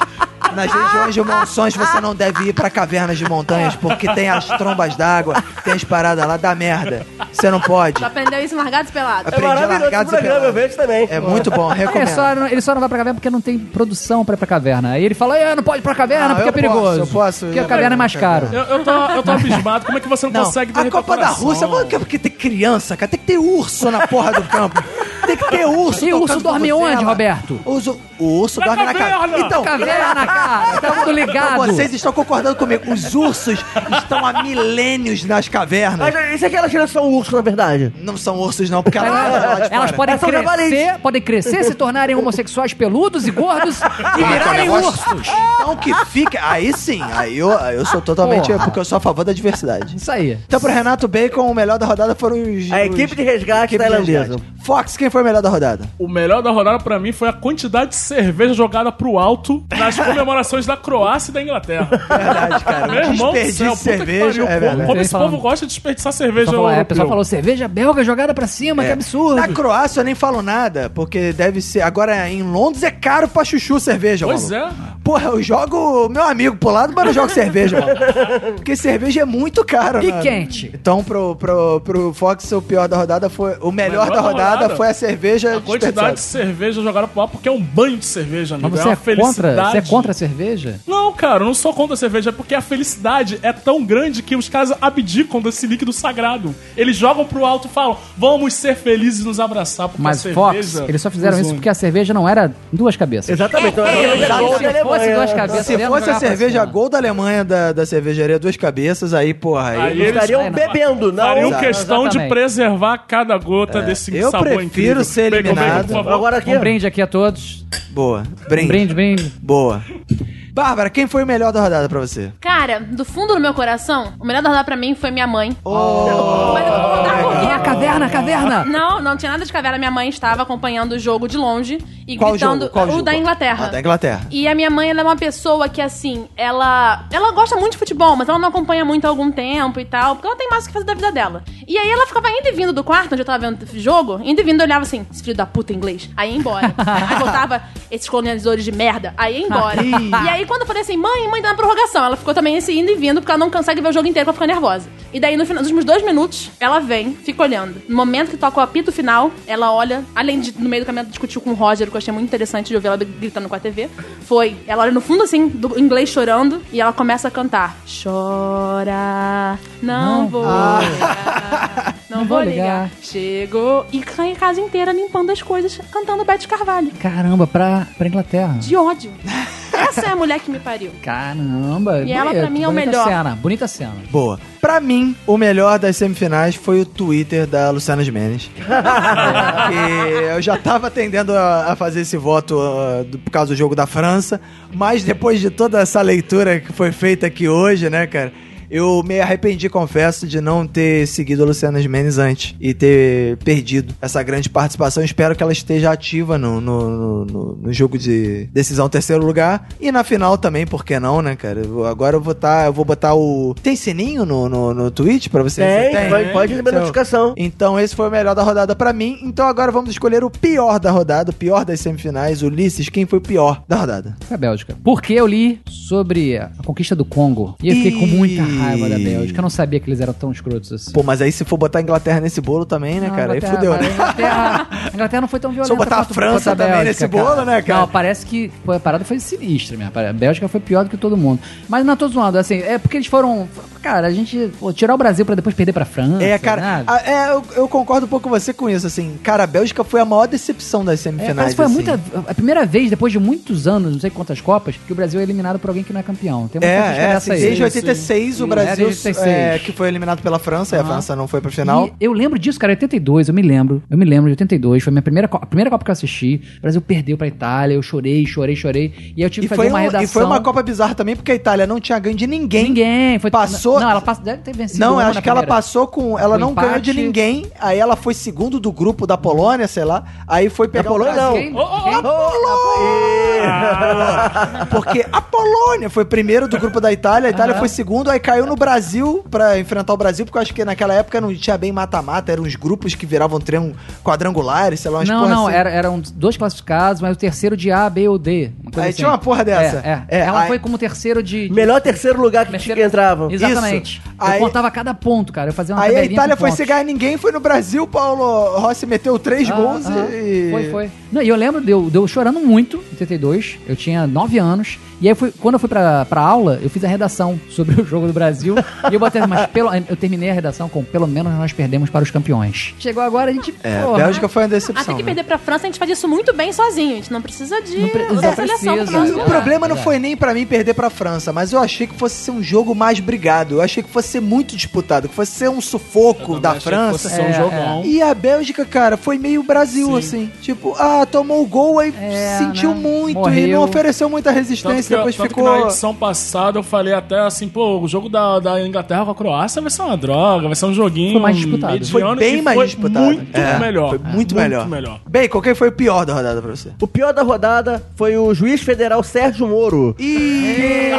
S1: Nas regiões de monções você não deve ir pra cavernas de montanhas, porque tem as trombas d'água, tem as paradas lá, dá merda. Você não pode.
S3: Tu aprendeu isso em largados e pelados.
S2: É
S1: Aprendi
S2: maravilhoso esse
S1: largados e
S2: programa, eu
S1: pelados.
S2: vejo também.
S1: É muito bom,
S5: É,
S1: recomendo.
S5: só não- ele só não vai pra caverna porque não tem produção pra ir pra caverna. Aí ele fala, é, não pode ir pra caverna
S1: Não, eu
S5: porque é
S1: posso,
S5: perigoso.
S1: eu posso.
S5: Porque a caverna é mais caro.
S4: Eu, eu, tô, eu tô abismado. Como é que você não,
S1: Não,
S4: consegue
S1: a
S4: derreter o
S1: Copa da
S4: coração?
S1: Rússia, mano, que é porque tem criança, cara. Tem que ter urso na porra do campo. Tem que ter urso.
S5: E o urso
S1: tocando
S5: dorme
S1: vuvuzela.
S5: onde, Roberto?
S1: Urso- o urso
S4: Na
S1: dorme na
S4: caverna.
S1: caverna. Então,
S5: Caverna, cara. Tá
S1: então
S5: tudo ligado.
S1: vocês estão concordando comigo. Os ursos estão há milênios nas cavernas.
S2: Mas é- isso aqui elas tiram só o urso, na verdade.
S1: Não são ursos, não, porque elas,
S5: Elas,
S1: elas,
S5: elas podem,
S2: Elas são
S5: crescer,
S2: jabalis.
S5: podem crescer, se tornarem homossexuais peludos e gordos e
S6: é que é o
S5: virarem
S6: negócio?
S5: ursos.
S1: Então que fica. Aí sim, aí eu, aí eu sou totalmente.
S5: Porra.
S1: Porque eu sou a favor da diversidade.
S5: Isso aí.
S1: Então, pro Renato Bacon, o melhor da rodada foram os.
S2: A
S1: os-
S2: equipe de resgate
S1: equipe de
S2: tailandesa.
S1: resgate. Fox, quem foi o melhor da rodada?
S4: O melhor da rodada pra mim foi a quantidade de cerveja jogada pro alto nas comemorações da Croácia e da Inglaterra.
S1: Verdade, cara.
S4: Meu irmão do
S1: Desperdício de
S4: céu, puta que
S1: cerveja. É
S4: pariu. como
S1: verdade.
S4: como esse
S5: Falando-
S4: povo gosta de desperdiçar
S5: O
S4: cerveja.
S5: pessoal, falou, é, o pessoal
S4: europeu.
S5: falou, cerveja belga jogada pra
S1: É.
S5: cima, que absurdo.
S1: Na Croácia eu nem falo nada, porque deve ser. Agora em Londres é caro pra chuchu cerveja,
S4: Pois é,
S1: maluco. Porra, eu jogo meu amigo pro lado, mas eu jogo cerveja, maluco. Porque cerveja é muito caro,
S5: E
S1: né?
S5: quente.
S1: Então pro, pro, pro Fox, o pior da rodada foi. O melhor,
S4: Melhor
S1: da
S4: da
S1: rodada,
S4: rodada.
S1: foi a cerveja
S4: A quantidade de cerveja jogada pro alto porque é um banho de cerveja, amigo.
S5: Mas você
S4: é uma
S5: é,
S4: felicidade.
S5: contra, você é contra a cerveja?
S4: Não, cara, eu não sou contra a cerveja, é porque a felicidade é tão grande que os caras abdicam desse líquido sagrado. Eles jogam pro alto e falam, vamos ser felizes e nos abraçar, porque
S5: Mas
S4: a
S5: Fox,
S4: cerveja...
S5: eles só fizeram
S4: nos
S5: isso
S4: une.
S5: porque a cerveja não era duas cabeças.
S2: Exatamente. Então, é,
S5: Se fosse duas cabeças,
S1: Se
S5: mesmo,
S1: fosse a
S5: jogava pra
S4: assim,
S1: cerveja
S5: cima.
S1: gol da Alemanha da, da cervejaria Duas Cabeças, aí, porra, aí.
S4: Aí
S1: não-
S4: eles
S2: estariam
S5: Eles-
S2: bebendo, não.
S4: fariam
S1: Exato.
S4: questão de
S5: Exatamente.
S4: preservar cada gota desse
S1: É. eu
S4: sabor
S1: prefiro
S4: incrível.
S1: ser
S4: Bacon, bacon,
S1: eliminado.
S4: por favor.
S2: Agora aqui. é-
S5: Um brinde aqui a todos.
S1: Boa. Brinde.
S5: Um brinde, brinde.
S1: Boa. Bárbara, quem foi o melhor da rodada pra você?
S3: Cara, do fundo do meu coração, o melhor da rodada pra mim foi minha mãe.
S1: Oh.
S3: Mas eu vou contar por
S5: Ah,
S3: quê.
S5: caverna, caverna!
S3: Não, não tinha nada de caverna. Minha mãe estava acompanhando o jogo de longe e
S1: Qual
S3: gritando
S1: jogo? Qual
S3: tá o
S1: jogo?
S3: da Inglaterra.
S1: Ah, da Inglaterra.
S3: E a minha mãe, ela é uma pessoa que, assim, ela. Ela gosta muito de futebol, mas ela não acompanha muito há algum tempo e tal, porque ela tem mais o que fazer da vida dela. E aí ela ficava indo e vindo do quarto, onde eu tava vendo o jogo, indo e vindo, eu olhava assim, esse filho da puta inglês. Aí ia embora. aí voltava, esses colonizadores de merda. Aí ia embora. e aí quando eu falei assim, mãe, mãe, dá uma prorrogação. Ela ficou também assim, indo e vindo, porque ela não consegue ver o jogo inteiro pra ficar nervosa. E daí, no final, nos últimos dois minutos, ela vem, fica olhando. No momento que toca o apito final, ela olha, além de no meio do caminho ela discutiu com o Roger, o que eu achei muito interessante de ouvir ela gritando com a TV, foi, ela olha no fundo assim, do inglês chorando, e ela começa a cantar. Chora, não, vou ligar, não vou ligar. Chegou, e cai a casa inteira limpando as coisas, cantando Beth Carvalho.
S5: Caramba, pra, pra Inglaterra.
S3: De ódio. Essa é a mulher que me pariu.
S5: Caramba,
S3: E ela, pra mim, é o
S5: bonita
S3: melhor.
S5: Cena, bonita cena.
S1: Boa. Pra mim, o melhor das semifinais foi o Twitter da Luciana Gimenez. que eu já tava tendendo a, a fazer esse voto ah, do- por causa do jogo da França, mas depois de toda essa leitura que foi feita aqui hoje, né, cara? Eu me arrependi, confesso, de não ter seguido a Luciana Gimenez antes e ter perdido essa grande participação. Espero que ela esteja ativa no, no, no- no jogo de decisão terceiro lugar. E na final também, por que não, né, cara? Eu vou- Agora eu vou, tá, eu vou botar o. Tem sininho no, no, no Twitch pra você?
S2: Tem,
S1: Você
S2: pode- pode receber
S1: Então-
S2: notificação.
S1: então esse foi o melhor da rodada pra mim. Então agora vamos escolher o pior da rodada, o pior das semifinais. Ulisses, quem foi o pior da rodada?
S5: Foi a Bélgica. Porque eu li sobre a conquista do Congo. E eu fiquei com muita
S1: Ih.
S5: raiva da Bélgica. Eu não sabia que eles eram tão escrotos assim.
S1: Pô, mas aí se for botar a Inglaterra nesse bolo também, né,
S5: Não,
S1: cara? Aí
S5: Ah, Inglaterra-
S1: fudeu,
S5: a
S1: né?
S5: Inglaterra, a Inglaterra não foi tão violenta.
S1: Só botar a
S5: quanto-
S1: França
S5: quanto
S1: também nesse bolo, né, cara?
S5: Não, parece que pô, a parada foi sinistra mesmo. A Bélgica foi pior do que todo mundo. Mas não tô zoando, assim, é porque eles foram... Cara, a gente... pô, tirar o Brasil pra depois perder pra França,
S1: É, cara,
S5: sabe?
S1: a- é, eu, eu concordo um pouco com você com isso, assim. Cara, a Bélgica foi a maior decepção das
S5: É,
S1: semifinais.
S5: parece que foi
S1: assim.
S5: muita, é a primeira vez, depois de muitos anos, não sei quantas Copas, que o Brasil é eliminado por alguém que não é campeão. Tem
S1: É,
S5: muita gente
S1: é,
S5: dessa
S1: assim,
S5: aí.
S1: desde
S4: Sim,
S1: 86 o
S5: sim.
S1: Brasil
S5: É, desde 86.
S1: é, que foi eliminado pela França, e a
S5: Aham.
S1: França não foi pra final.
S5: E eu lembro disso, cara, 82, eu me lembro. Eu me lembro de 82, foi minha primeira, co- a primeira Copa que eu assisti. O Brasil perdeu pra Itália, eu chorei, chorei, chorei. E aí eu tive
S1: E,
S5: que fazer
S1: foi
S5: uma
S1: um-
S5: redação.
S1: e foi uma Copa bizarra também, porque a Itália não tinha ganho de ninguém.
S5: Ninguém, foi
S1: Passou-
S5: Não, ela passou, deve ter vencido.
S1: Não,
S5: uma
S1: acho
S5: na
S1: que ela
S5: primeira.
S1: passou com. Ela
S5: O
S1: não ganhou de
S5: empate.
S1: ninguém. Aí ela foi segundo do grupo da Polônia, sei lá. Aí foi pegar o
S2: Polônia,
S1: Brasil.
S5: Quem?
S4: Ô, ô, ô,
S5: Quem?
S1: Porque a Polônia foi primeiro do grupo da Itália, a Itália foi segundo, aí caiu no Brasil pra enfrentar o Brasil, porque eu acho que naquela época não tinha bem mata-mata, eram uns grupos que viravam triângulo quadrangulares, sei lá, umas
S5: Não,
S1: porra
S5: não,
S1: assim.
S5: era- eram dois classificados, mas o terceiro de A, B ou D. uma coisa
S1: Aí
S5: assim.
S1: tinha uma porra dessa.
S5: É,
S1: É,
S5: é. Ela
S1: aí-
S5: foi como terceiro de. de-
S2: Melhor terceiro lugar que,
S5: Terceiro-
S2: que entrava.
S5: Exatamente.
S1: Isso.
S5: Eu
S1: Aí-
S5: contava cada ponto, cara. Eu fazia uma
S1: Aí a
S5: tabelinha
S1: Itália
S5: com
S1: foi
S5: pontos.
S1: sem ganhar ninguém, foi no Brasil, Paulo Rossi meteu três
S5: Ah,
S1: gols
S5: aham.
S1: e.
S5: Foi, foi. Não, e eu lembro de eu, de eu chorando muito, em 82. Eu tinha 9 anos. E aí, foi, quando eu fui pra, pra aula, eu fiz a redação sobre o jogo do Brasil. e eu botei, mas pelo, eu terminei a redação com pelo menos nós perdemos para os campeões. Chegou agora, a gente.
S1: É,
S5: porra,
S1: Bélgica foi uma
S3: Até
S1: decepção.
S3: que
S1: né?
S3: perder pra França, a gente faz isso muito bem sozinho. A gente não precisa de
S5: Não pre-
S3: outra
S5: não
S3: seleção.
S5: precisa,
S3: pra
S1: E
S3: fazer
S1: o
S5: Exato,
S3: gol.
S1: problema não
S5: exato.
S1: foi nem pra mim perder pra França, mas eu achei que fosse ser um jogo mais brigado. Eu achei que fosse ser muito disputado, que fosse ser um sufoco da França.
S4: São
S5: É,
S4: jogão.
S1: E a Bélgica, cara, foi meio Brasil,
S4: um. Sim.
S1: assim. Tipo, ah, tomou o gol, aí
S5: É,
S1: sentiu
S5: né?
S1: muito e
S5: Morreu.
S1: não ofereceu muita
S4: Tanto
S1: resistência.
S4: que,
S1: depois
S4: tanto que
S1: ficou.
S4: na edição passada eu falei até assim, pô, o jogo da, da Inglaterra com a Croácia vai ser uma droga, vai ser um joguinho.
S5: Foi mais disputado.
S1: Foi
S4: mediano
S1: bem
S4: e
S1: mais
S4: foi
S1: disputado.
S4: Muito
S1: É,
S4: melhor.
S1: Foi muito, melhor. Bacon, quem foi o pior da rodada pra você?
S2: O pior da rodada foi o juiz federal Sérgio Moro.
S1: Ih!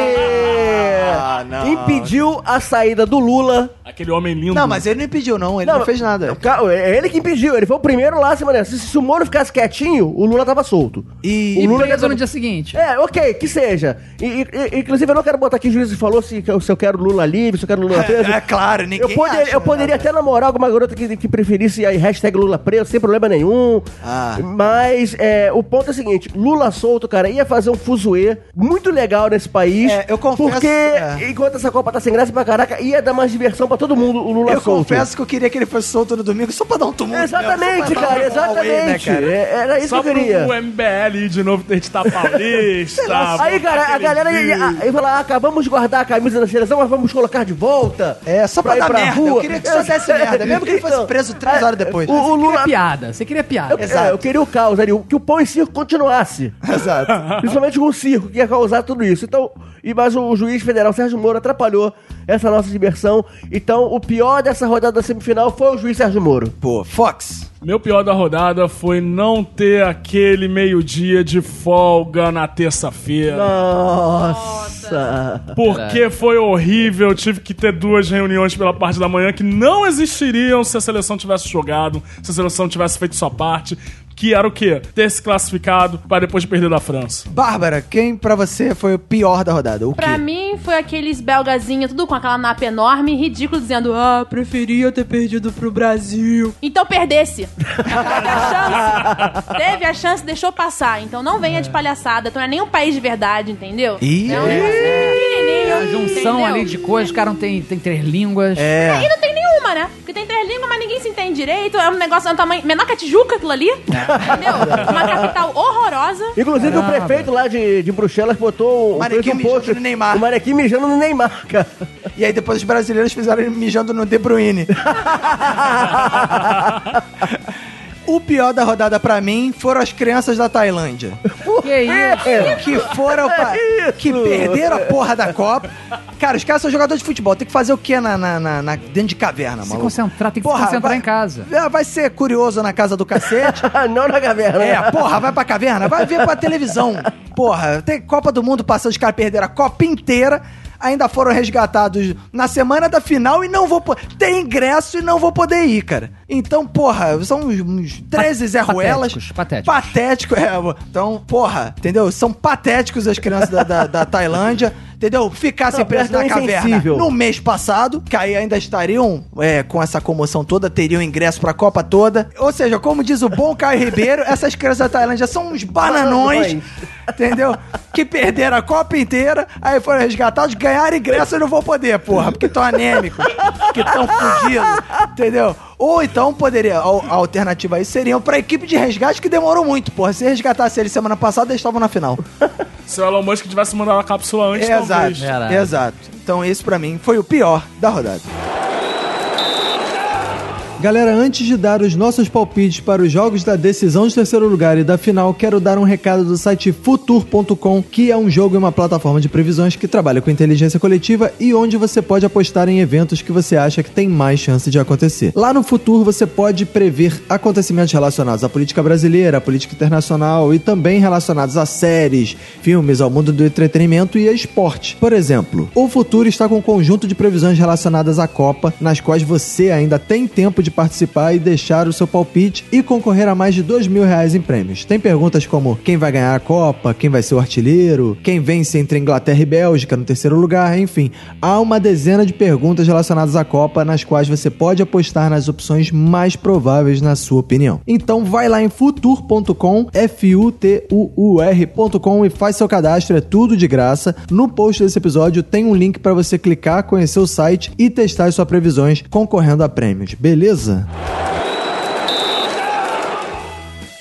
S1: Ah, não.
S2: Impediu a saída do Lula.
S4: Aquele homem lindo.
S1: Não, mas ele não impediu, não. Ele não, fez nada.
S2: Não, ca- É ele que impediu. Ele foi o primeiro lá, semana. dessa. Se, se o Moro ficasse quietinho, o Lula tava solto.
S1: E
S5: E
S2: O Lula
S5: preso
S2: já-
S5: no dia seguinte.
S2: É, ok, que seja. E- e- e- inclusive, eu não quero botar aqui o juiz que falou se, se eu quero Lula livre, se eu quero Lula preso.
S1: É, é claro, ninguém
S2: Eu, poder-
S1: acha,
S2: eu
S1: né,
S2: poderia até namorar alguma garota que, que preferisse aí hashtag Lula preso, sem problema nenhum.
S1: Ah.
S2: Mas é, o ponto é o seguinte: Lula solto, cara, ia fazer um fuzuê muito legal nesse país.
S1: É, eu confesso-
S2: Porque
S1: é.
S2: enquanto essa Copa tá sem graça pra caraca, ia dar mais diversão pra todo mundo o Lula
S1: Eu
S2: solto.
S1: confesso que eu queria que ele fosse solto no domingo só pra dar um tumulto.
S2: Exatamente,
S1: mesmo, só pra
S2: cara,
S1: dar um auê, né,
S2: exatamente.
S1: cara?
S2: É, Era isso
S4: Só
S2: que eu queria.
S4: pro MBL ir de novo editar paulista.
S2: Aí, cara, a
S4: aquele
S2: galera ia,
S4: vídeo.
S2: ia- ia falar: ah, acabamos de guardar a camisa da seleção, mas vamos colocar de volta.
S1: É, só pra,
S2: ir É,
S1: dar merda. Eu queria que só desse merda, mesmo que ele fosse preso três horas depois.
S2: então, O, o
S5: Você queria
S2: Lula.
S5: piada, você queria piada.
S2: Eu,
S1: Exato.
S2: é, eu queria o caos ali, o- que o pão e circo continuasse.
S1: Exato.
S2: Principalmente com o circo, que ia causar tudo isso. Então, e mas o juiz federal Sérgio Moro atrapalhou essa nossa diversão. Então, o pior dessa rodada da semifinal foi o juiz Sérgio Moro.
S1: Pô, Fox.
S4: Meu pior da rodada foi não ter aquele meio-dia de folga na terça-feira.
S2: Nossa!
S4: Porque foi horrível, eu tive que ter duas reuniões pela parte da manhã que não existiriam se a seleção tivesse jogado, se a seleção tivesse feito sua parte, que era o quê? Ter se classificado para depois perder da França.
S1: Bárbara, quem pra você foi o pior da rodada? O
S3: Pra
S1: quê?
S3: mim, foi aqueles belgazinhos, tudo com aquela napa enorme, ridículo, dizendo: Ah, preferia ter perdido pro Brasil. Então perdesse. Teve a chance. Teve a chance, deixou passar. Então não venha de palhaçada. Então não é nem um país de verdade, entendeu?
S1: Ih,
S3: É um negócio pequenininho.
S5: É A junção
S3: entendeu?
S5: ali de coisas, o cara não tem, tem três línguas.
S1: é.
S3: E não tem nenhuma, né? Porque tem três línguas, mas ninguém se entende direito. É um negócio é um tamanho menor que a Tijuca, aquilo
S5: É.
S3: ali. Entendeu? Uma capital horrorosa.
S2: Inclusive, o prefeito lá de, de Bruxelas botou um,
S1: Manequim
S2: fez
S1: mijando
S2: um
S1: no Neymar.
S2: O Manequim mijando no Neymar, cara.
S1: E aí depois os brasileiros fizeram ele mijando no De Bruyne. o pior da rodada pra mim foram as crianças da Tailândia.
S5: Que isso?
S1: Que foram
S5: É
S1: pra, que perderam a porra da Copa. Cara, os caras são jogadores de futebol. Tem que fazer o quê na, na- na- na- dentro de caverna,
S5: Se
S1: mano?
S5: concentrar, tem que se concentrar em casa.
S1: Vai ser curioso na casa do cacete.
S2: Não na caverna.
S1: É, porra, vai pra caverna, vai ver pra televisão. Porra, tem Copa do Mundo passando, os caras perderam a Copa inteira, ainda foram resgatados na semana da final e não vou. po- Tem ingresso e não vou poder ir, cara. Então, porra, são uns, uns 13 Zé Ruelas.
S5: patéticos, patéticos.
S1: Patético, é. Então, porra, entendeu? São patéticos as crianças da, da, da Tailândia. Entendeu? Ficassem
S2: Não,
S1: presas na
S2: perdão,
S1: caverna
S2: insensível.
S1: no mês passado, que aí ainda estariam é, com essa comoção toda, teriam ingresso pra Copa toda. Ou seja, como diz o bom Caio Ribeiro, essas crianças da Tailândia são uns bananões,
S2: Bananões.
S1: entendeu? Que perderam a Copa inteira, aí foram resgatados, ganharam ingresso e não vou poder, porra, porque estão anêmicos, porque estão fudidos, entendeu? Ou então poderia, a, a alternativa aí seriam pra equipe de resgate que demorou muito, porra. Se resgatasse eles semana passada, eles estavam na final.
S4: Se o Elon Musk tivesse mandado a cápsula antes,
S1: Exato,
S4: talvez.
S5: Caralho.
S1: exato. Então esse pra mim foi o pior da rodada.
S7: Galera, antes de dar os nossos palpites para os jogos da decisão de terceiro lugar e da final, quero dar um recado do site Futur.com, que é um jogo e uma plataforma de previsões que trabalha com inteligência coletiva e onde você pode apostar em eventos que você acha que tem mais chance de acontecer. Lá no Futur você pode prever acontecimentos relacionados à política brasileira, à política internacional e também relacionados a séries, filmes, ao mundo do entretenimento e a esporte. Por exemplo, o Futuro está com um conjunto de previsões relacionadas à Copa, nas quais você ainda tem tempo de participar e deixar o seu palpite e concorrer a mais de dois mil reais em prêmios. Tem perguntas como quem vai ganhar a Copa, quem vai ser o artilheiro, quem vence entre Inglaterra e Bélgica no terceiro lugar, enfim. Há uma dezena de perguntas relacionadas à Copa, nas quais você pode apostar nas opções mais prováveis na sua opinião. Então vai lá em futur.com, F-U-T-U-U-R.com e faz seu cadastro, é tudo de graça. No post desse episódio tem um link para você clicar, conhecer o site e testar as suas previsões concorrendo a prêmios, beleza?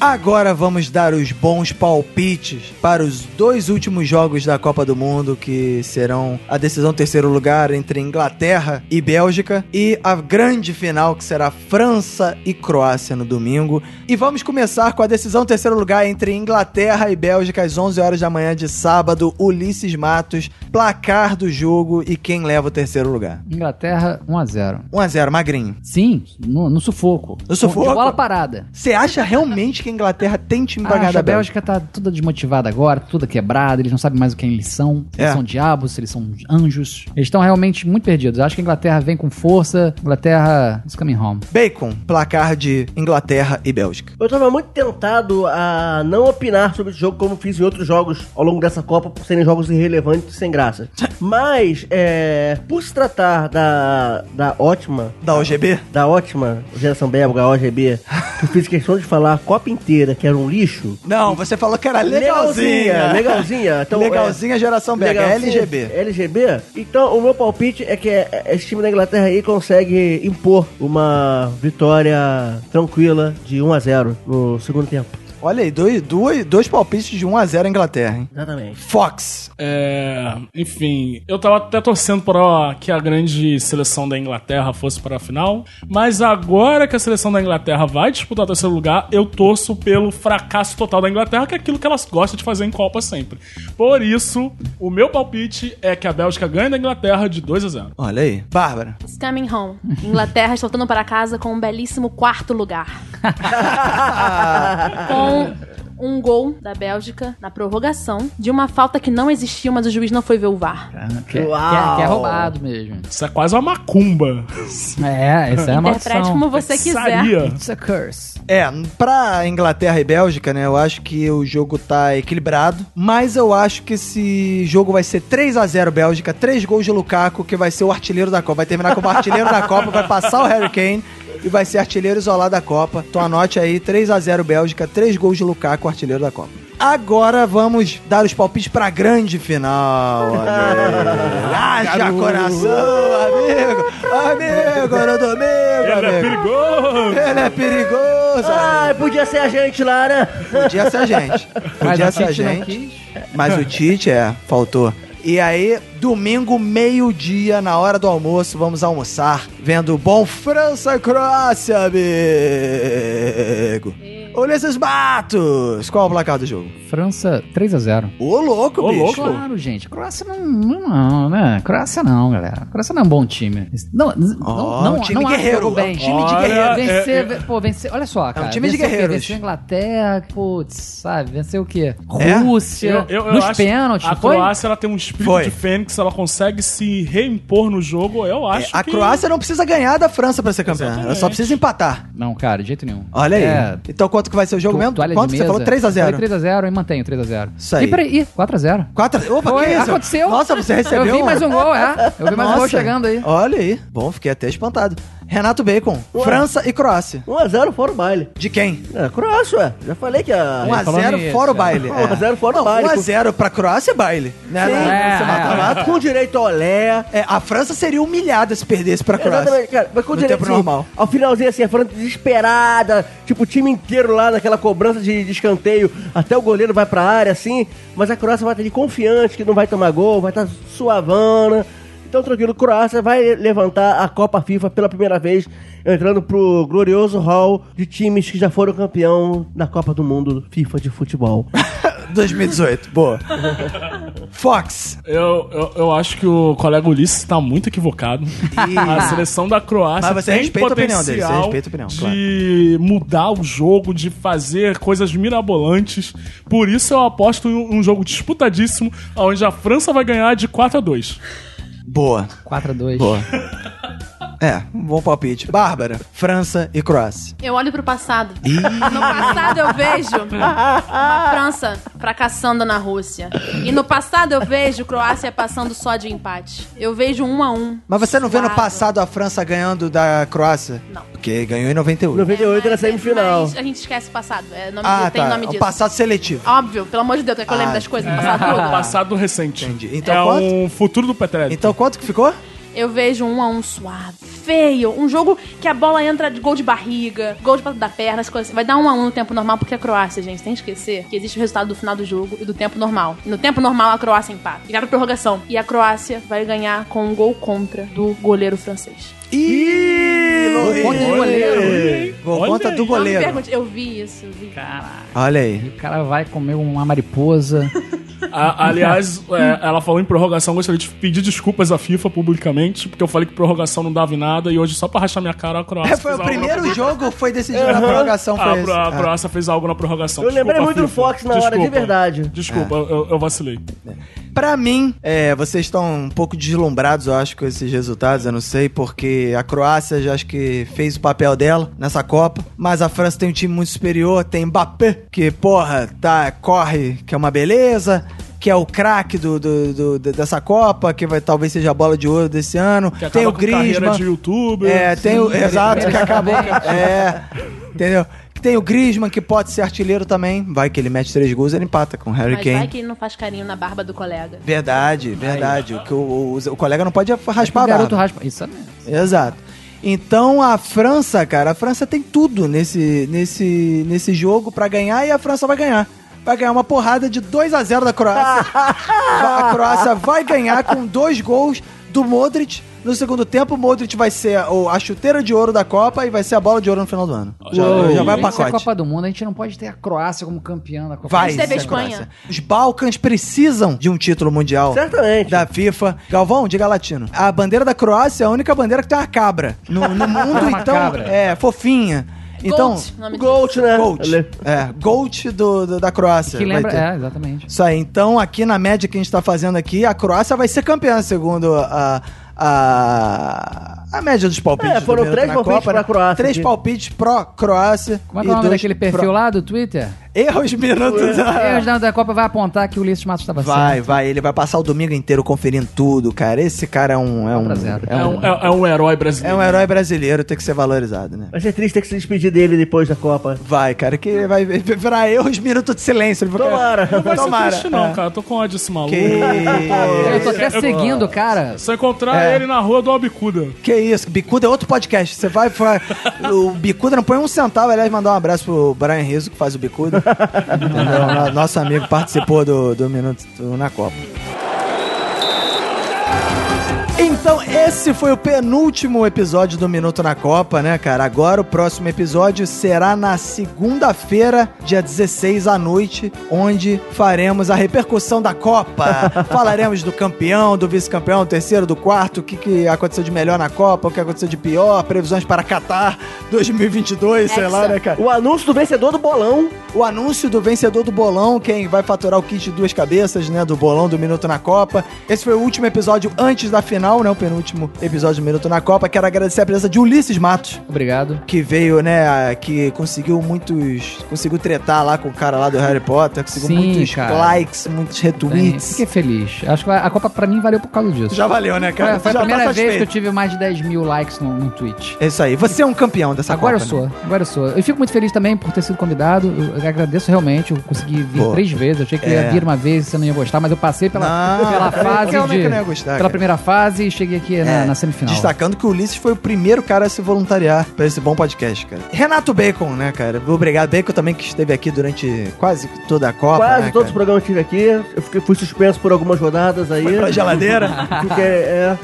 S1: Agora vamos dar os bons palpites para os dois últimos jogos da Copa do Mundo, que serão a decisão terceiro lugar entre Inglaterra e Bélgica e a grande final que será França e Croácia no domingo. E vamos começar com a decisão terceiro lugar entre Inglaterra e Bélgica às 11 horas da manhã de sábado. Ulisses Matos, placar do jogo e quem leva o terceiro lugar.
S5: Inglaterra, 1x0.
S1: 1 a 0 magrinho.
S5: Sim, no, no sufoco.
S1: No sufoco?
S5: De bola parada.
S1: Você acha realmente que a Inglaterra tem time pra ganhar
S5: Ah, Acho
S1: da
S5: a
S1: Bélgica?
S5: Bélgica tá toda desmotivada agora, toda quebrada, eles não sabem mais o que eles são. Se
S1: É.
S5: eles são diabos, se eles são anjos. Eles estão realmente muito perdidos. Acho que a Inglaterra vem com força. Inglaterra is coming home.
S1: Bacon, placar de Inglaterra e Bélgica.
S2: Eu tava muito tentado a não opinar sobre esse jogo como fiz em outros jogos ao longo dessa Copa, por serem jogos irrelevantes e sem graça. Mas, é, por se tratar da, da ótima
S1: Da OGB?
S2: da ótima geração belga, a OGB, que eu fiz questão de falar a Copa inteira que era um lixo.
S1: Não, você falou que era É legalzinha.
S2: Legalzinha, legalzinha. Então,
S1: legalzinha geração é BH,
S2: legalzinha, É,
S1: LGB.
S2: LGB? Então, o meu palpite é que é- é- esse time da Inglaterra aí consegue impor uma vitória tranquila de 1 a 0 no segundo tempo.
S1: Olha aí, dois, dois, dois palpites de 1x0 Inglaterra, hein?
S2: Exatamente.
S1: Fox.
S4: É, enfim, eu tava até torcendo para que a grande seleção da Inglaterra fosse para a final, mas agora que a seleção da Inglaterra vai disputar o terceiro lugar, eu torço pelo fracasso total da Inglaterra, que é aquilo que elas gostam de fazer em Copa sempre. Por isso, o meu palpite é que a Bélgica ganha da Inglaterra de 2 a 0.
S1: Olha aí. Bárbara.
S3: It's coming home. Inglaterra está voltando para casa com um belíssimo quarto lugar. com um gol da Bélgica na prorrogação de uma falta que não existiu, mas o juiz não foi ver o VAR.
S5: Que, é-
S2: Uau.
S5: que é- que é roubado mesmo.
S4: Isso é quase uma macumba.
S5: É, essa é a
S3: Interprete
S5: maldição.
S3: como você quiser.
S4: Saria.
S5: It's a curse.
S1: É, pra Inglaterra e Bélgica, né? Eu acho que o jogo tá equilibrado. Mas eu acho que esse jogo vai ser 3x0 Bélgica, 3 gols de Lukaku, que vai ser o artilheiro da Copa. Vai terminar como artilheiro da Copa, vai passar o Harry Kane. E vai ser artilheiro isolado da Copa. Então anote aí, 3x0 Bélgica, 3 gols de Lukaku, artilheiro da Copa. Agora vamos dar os palpites pra grande final. amigo. Haja coração, amigo! Amigo, no domingo,
S4: Ele é
S1: amigo!
S4: perigoso.
S1: Ele é perigoso!
S5: Ah.
S1: amigo.
S2: Ai, podia ser a gente lá, né?
S1: Podia ser a gente.
S5: Mas
S1: Podia
S5: a
S1: ser a
S5: Tite não
S1: gente.
S5: quis.
S1: Mas o Tite, é, faltou. E aí, domingo, meio-dia, na hora do almoço, vamos almoçar vendo o bom França e Croácia, amigo. Ulisses Matos! Qual é o placar do jogo?
S5: França 3x0.
S1: Ô, louco,
S4: Ô,
S1: bicho.
S4: louco.
S5: Claro, gente. Croácia não, não, não, né? Croácia não, galera. Croácia não é um bom time. Não,
S1: Ó,
S5: não, não,
S1: um time
S5: não acho que
S1: guerreiro,
S5: jogou bem.
S1: é um time
S4: de Olha, guerreiro.
S5: Vencer,
S4: é,
S5: ve- pô, vencer, olha só, cara.
S1: um time de
S5: Vencer o quê?
S1: guerreiros.
S5: Vencer a Inglaterra, putz, sabe? Vencer o quê?
S1: É?
S5: Rússia, nos pênaltis,
S4: a
S5: foi?
S4: Croácia ela tem um espírito
S1: Foi.
S4: de fênix, ela consegue se reimpor no jogo, eu
S1: É,
S4: acho
S1: a
S4: que-
S1: Croácia não precisa ganhar da França pra ser campeã. Ela só
S4: Exatamente.
S1: precisa empatar.
S5: Não, cara, de jeito nenhum.
S1: Olha aí.
S5: É,
S1: Então quanto que vai ser o jogo
S5: to-
S1: mesmo?
S5: toalha de
S1: Quanto? Você
S5: mesa.
S1: falou 3x0.
S5: Falei 3x0 e mantenho 3x0.
S1: Isso aí.
S5: E peraí, 4x0.
S1: 4 Opa,
S5: Foi,
S1: que isso?
S5: aconteceu.
S1: Nossa, você recebeu
S5: Eu vi
S1: um-
S5: mais um gol, é. Eu vi mais um gol
S1: Nossa,
S5: chegando aí.
S1: Olha aí. Bom, fiquei até espantado. Renato Bacon,
S2: Ué.
S1: França e Croácia.
S2: 1 a 0 fora o baile.
S1: De quem?
S2: É, Croácia, ué. Já falei que a...
S1: 1x0
S5: falando
S1: fora o
S5: isso,
S1: baile.
S2: é. 1 a 0 fora o baile.
S1: 1x0 pra Croácia é baile. Né?
S2: Sim.
S1: Não,
S5: É,
S1: você
S5: é,
S1: mata,
S5: é.
S1: mata.
S2: Com direito a olé.
S1: É, a França seria humilhada se perdesse pra Croácia.
S2: Exatamente, cara. Mas quando
S1: No
S2: ele
S1: tempo
S2: assim,
S1: normal.
S2: Ao finalzinho, assim, a França desesperada, tipo, o time inteiro lá naquela cobrança de, de escanteio, até o goleiro vai pra área, assim, mas a Croácia vai estar ali confiante que não vai tomar gol, vai estar suavana. Então, tranquilo, Croácia vai levantar a Copa FIFA pela primeira vez, entrando pro glorioso hall de times que já foram campeão da Copa do Mundo FIFA de futebol.
S1: 2018, boa. Fox.
S4: Eu, eu, eu acho que o colega Ulisses tá muito equivocado. A seleção da Croácia
S1: Mas você
S4: tem
S1: respeita a opinião
S4: potencial
S1: dele, você respeita a opinião,
S4: de mudar o jogo, de fazer coisas mirabolantes. Por isso eu aposto em um jogo disputadíssimo, onde a França vai ganhar de 4 a 2
S1: Boa.
S5: 4x2.
S1: Boa. É, um bom palpite. Bárbara, França e Croácia.
S3: Eu olho pro passado. No passado eu vejo uma França fracassando na Rússia. E no passado eu vejo Croácia passando só de empate. Eu vejo um a um.
S1: Mas você não vê no
S3: Suado.
S1: passado a França ganhando da Croácia?
S3: Não.
S1: Porque ganhou em 98.
S2: 98 era
S3: Mas-
S2: semifinal.
S3: É, mas a gente esquece o passado. É, nome
S1: Ah,
S3: tem
S1: tá.
S3: nome
S1: O
S3: disso.
S1: passado seletivo.
S3: Óbvio, pelo amor de Deus, é que eu lembro
S1: Ah,
S3: das coisas do
S4: É,
S3: passado
S4: o
S3: todo.
S4: passado recente.
S1: Entendi. Então
S4: é
S1: quanto?
S4: um futuro do Petrelli.
S1: Então quanto que ficou?
S3: eu vejo um a um suave, feio. Um jogo que a bola entra de gol de barriga, gol de pato da perna, as coisas. Vai dar um a um no tempo normal, porque a Croácia, gente, tem que esquecer que existe o resultado do final do jogo e do tempo normal. E no tempo normal, a Croácia empata. E vai pra prorrogação. E a Croácia vai ganhar com um gol contra do goleiro francês.
S1: Ih,
S5: Conta de
S4: Olha
S5: goleiro.
S4: aí.
S1: Vou
S4: Olha
S1: conta
S4: aí.
S1: do
S3: Não me
S1: Um goleiro.
S3: pergunte, eu vi isso, eu vi.
S5: Caralho.
S1: Olha aí.
S5: O cara vai comer uma mariposa.
S4: A- aliás, é, ela falou em prorrogação, gostaria de pedir desculpas à FIFA publicamente, porque eu falei que prorrogação não dava em nada, e hoje, só pra rachar minha cara, a Croácia
S1: É, foi
S4: fez
S1: o
S4: algo
S1: primeiro
S4: na...
S1: jogo foi decidido na prorrogação,
S4: A,
S1: foi esse.
S4: Pro- a
S1: Ah.
S4: Croácia fez algo na prorrogação.
S2: Eu lembrei muito do
S4: FIFA.
S2: Fox na hora, de verdade. É.
S4: Desculpa, eu, eu vacilei.
S1: Pra mim, é, vocês estão um pouco deslumbrados, eu acho, com esses resultados. Eu não sei, porque a Croácia já acho que fez o papel dela nessa Copa. Mas a França tem um time muito superior. Tem Mbappé, que, porra, tá, corre, que é uma beleza. Que é o craque do, do- do- do- dessa Copa, que vai, talvez seja a bola de ouro desse ano.
S4: Que acaba
S1: Tem o
S4: com carreira
S1: Griezmann.
S4: de youtuber.
S1: É, tem o.
S5: Sim,
S1: Exato, que
S5: ele
S1: acabou.
S5: também.
S1: É. Entendeu? Tem o Griezmann, que pode ser artilheiro também. Vai que ele mete três gols, ele empata com o Harry
S3: Mas
S1: Kane.
S3: vai que ele não faz carinho na barba do colega.
S1: Verdade, verdade. O, que o, o- o colega não pode raspar
S5: o
S1: a
S5: garoto
S1: barba.
S5: raspa. Isso é mesmo.
S1: Exato. Então a França, cara, a França tem tudo nesse, nesse, nesse jogo pra ganhar e a França vai ganhar. Vai ganhar uma porrada de 2 a 0 da Croácia. a Croácia vai ganhar com dois gols do Modric. No segundo tempo, o Modric vai ser o- a chuteira de ouro da Copa e vai ser a bola de ouro no final do ano. Já,
S5: Uou.
S1: já vai
S5: Isso é
S1: pacote.
S5: Copa do Mundo, a gente não pode ter a Croácia como campeã da Copa
S1: Vai, é
S5: do
S3: Mas teve a
S1: ser a
S3: Espanha.
S1: Croácia. Os Balcãs precisam de um título mundial
S2: Certamente.
S1: da FIFA. Galvão, diga latino. A bandeira da Croácia é a única bandeira que tem uma cabra. No, no mundo,
S5: Uma
S1: então,
S5: cabra.
S1: é fofinha. Então,
S3: Gold, nome
S2: Gold, né?
S1: Gold.
S2: Le-
S1: É, Gold do, do- da Croácia.
S5: Que
S1: vai
S5: lembra.
S1: ter.
S5: É, exatamente.
S1: Isso aí. Então, aqui na média que a gente tá fazendo aqui, a Croácia vai ser campeã, segundo a... A, a média dos palpites.
S2: É, foram
S1: do Minuto
S2: três
S1: na
S2: palpites
S1: Copa,
S2: pra
S1: né?
S2: Croácia
S1: Três
S2: aqui.
S1: palpites pró-Croácia.
S5: Como é que
S1: e
S5: é o nome
S1: dois
S5: daquele perfil
S1: pró-
S5: lá do Twitter?
S1: Erros minutos.
S5: É. O da Copa vai apontar que o Ulisses Matos tá estava certo.
S1: Vai, vai, ele vai passar o domingo inteiro conferindo tudo, cara. Esse cara é um. É um,
S5: Tá pra zero.
S1: é
S4: É
S1: um,
S4: um, é- é um herói
S1: é
S4: brasileiro.
S1: um herói brasileiro, tem que ser valorizado, né?
S2: Vai ser triste ter que se despedir dele depois da Copa.
S1: Vai, cara, que ele vai virar erros minutos de silêncio. Ele vai-
S2: Tomara. Não
S4: Não vai ser triste, não,
S1: é.
S4: cara. Eu Tô com ódio desse maluco.
S5: Eu tô
S1: Que...
S5: até seguindo, cara.
S4: Se eu encontrar
S1: É.
S4: ele na rua, eu dou uma bicuda.
S1: que isso, Bicuda é outro podcast. Você vai. fa- o Bicuda não põe um centavo, aliás, mandar um abraço pro Brian Rizzo, que faz o Bicuda. Entendeu? Nosso amigo participou do, do Minuto na Copa. Então, esse foi o penúltimo episódio do Minuto na Copa, né, cara? Agora o próximo episódio será na segunda-feira, dia 16 à noite, onde faremos a repercussão da Copa. Falaremos do campeão, do vice-campeão, do terceiro, do quarto, o que, que aconteceu de melhor na Copa, o que aconteceu de pior, previsões para Qatar 2022, sei lá,
S3: Hexa.
S1: né, cara?
S2: O anúncio do vencedor do bolão.
S1: O anúncio do vencedor do bolão, quem vai faturar o kit de duas cabeças, né? Do bolão do Minuto na Copa. Esse foi o último episódio antes da final, né? O penúltimo episódio do Minuto na Copa. Quero agradecer a presença de Ulisses Matos,
S5: Obrigado.
S1: que veio, né? Que conseguiu muitos. Conseguiu tretar lá com o cara lá do Harry Potter, conseguiu
S5: Sim,
S1: muitos
S5: cara.
S1: likes, muitos
S5: Tem-
S1: retweets.
S5: Fiquei feliz. Acho que a Copa pra mim valeu por causa disso.
S1: Já valeu, né, cara?
S5: Foi- foi a
S1: Já tá
S5: primeira vez que eu
S1: satisfeito.
S5: tive mais de 10 mil likes no, no tweet.
S1: É isso aí. Você é um campeão dessa
S5: agora
S1: Copa. né?
S5: eu sou, agora eu sou. Eu fico muito feliz também por ter sido convidado. Eu agradeço realmente. Eu consegui vir
S1: Boa.
S5: três vezes. Eu achei que
S1: É.
S5: ia vir uma vez e você não ia gostar, mas eu passei pela,
S1: Não,
S5: pela
S1: eu
S5: fase.
S1: realmente
S5: de-
S1: não ia gostar,
S5: pela
S1: cara.
S5: primeira fase e cheguei aqui na,
S1: É,
S5: na semifinal.
S1: Destacando que o Ulisses foi o primeiro cara a se voluntariar pra esse bom podcast, cara. Renato Bacon, né, cara? Obrigado. Bacon também que esteve aqui durante quase toda a Copa.
S2: Quase
S1: né,
S2: todos
S1: cara?
S2: os programas que tive aqui. Eu fiquei- fui suspenso por algumas rodadas aí.
S1: Pra geladeira.
S2: Porque é,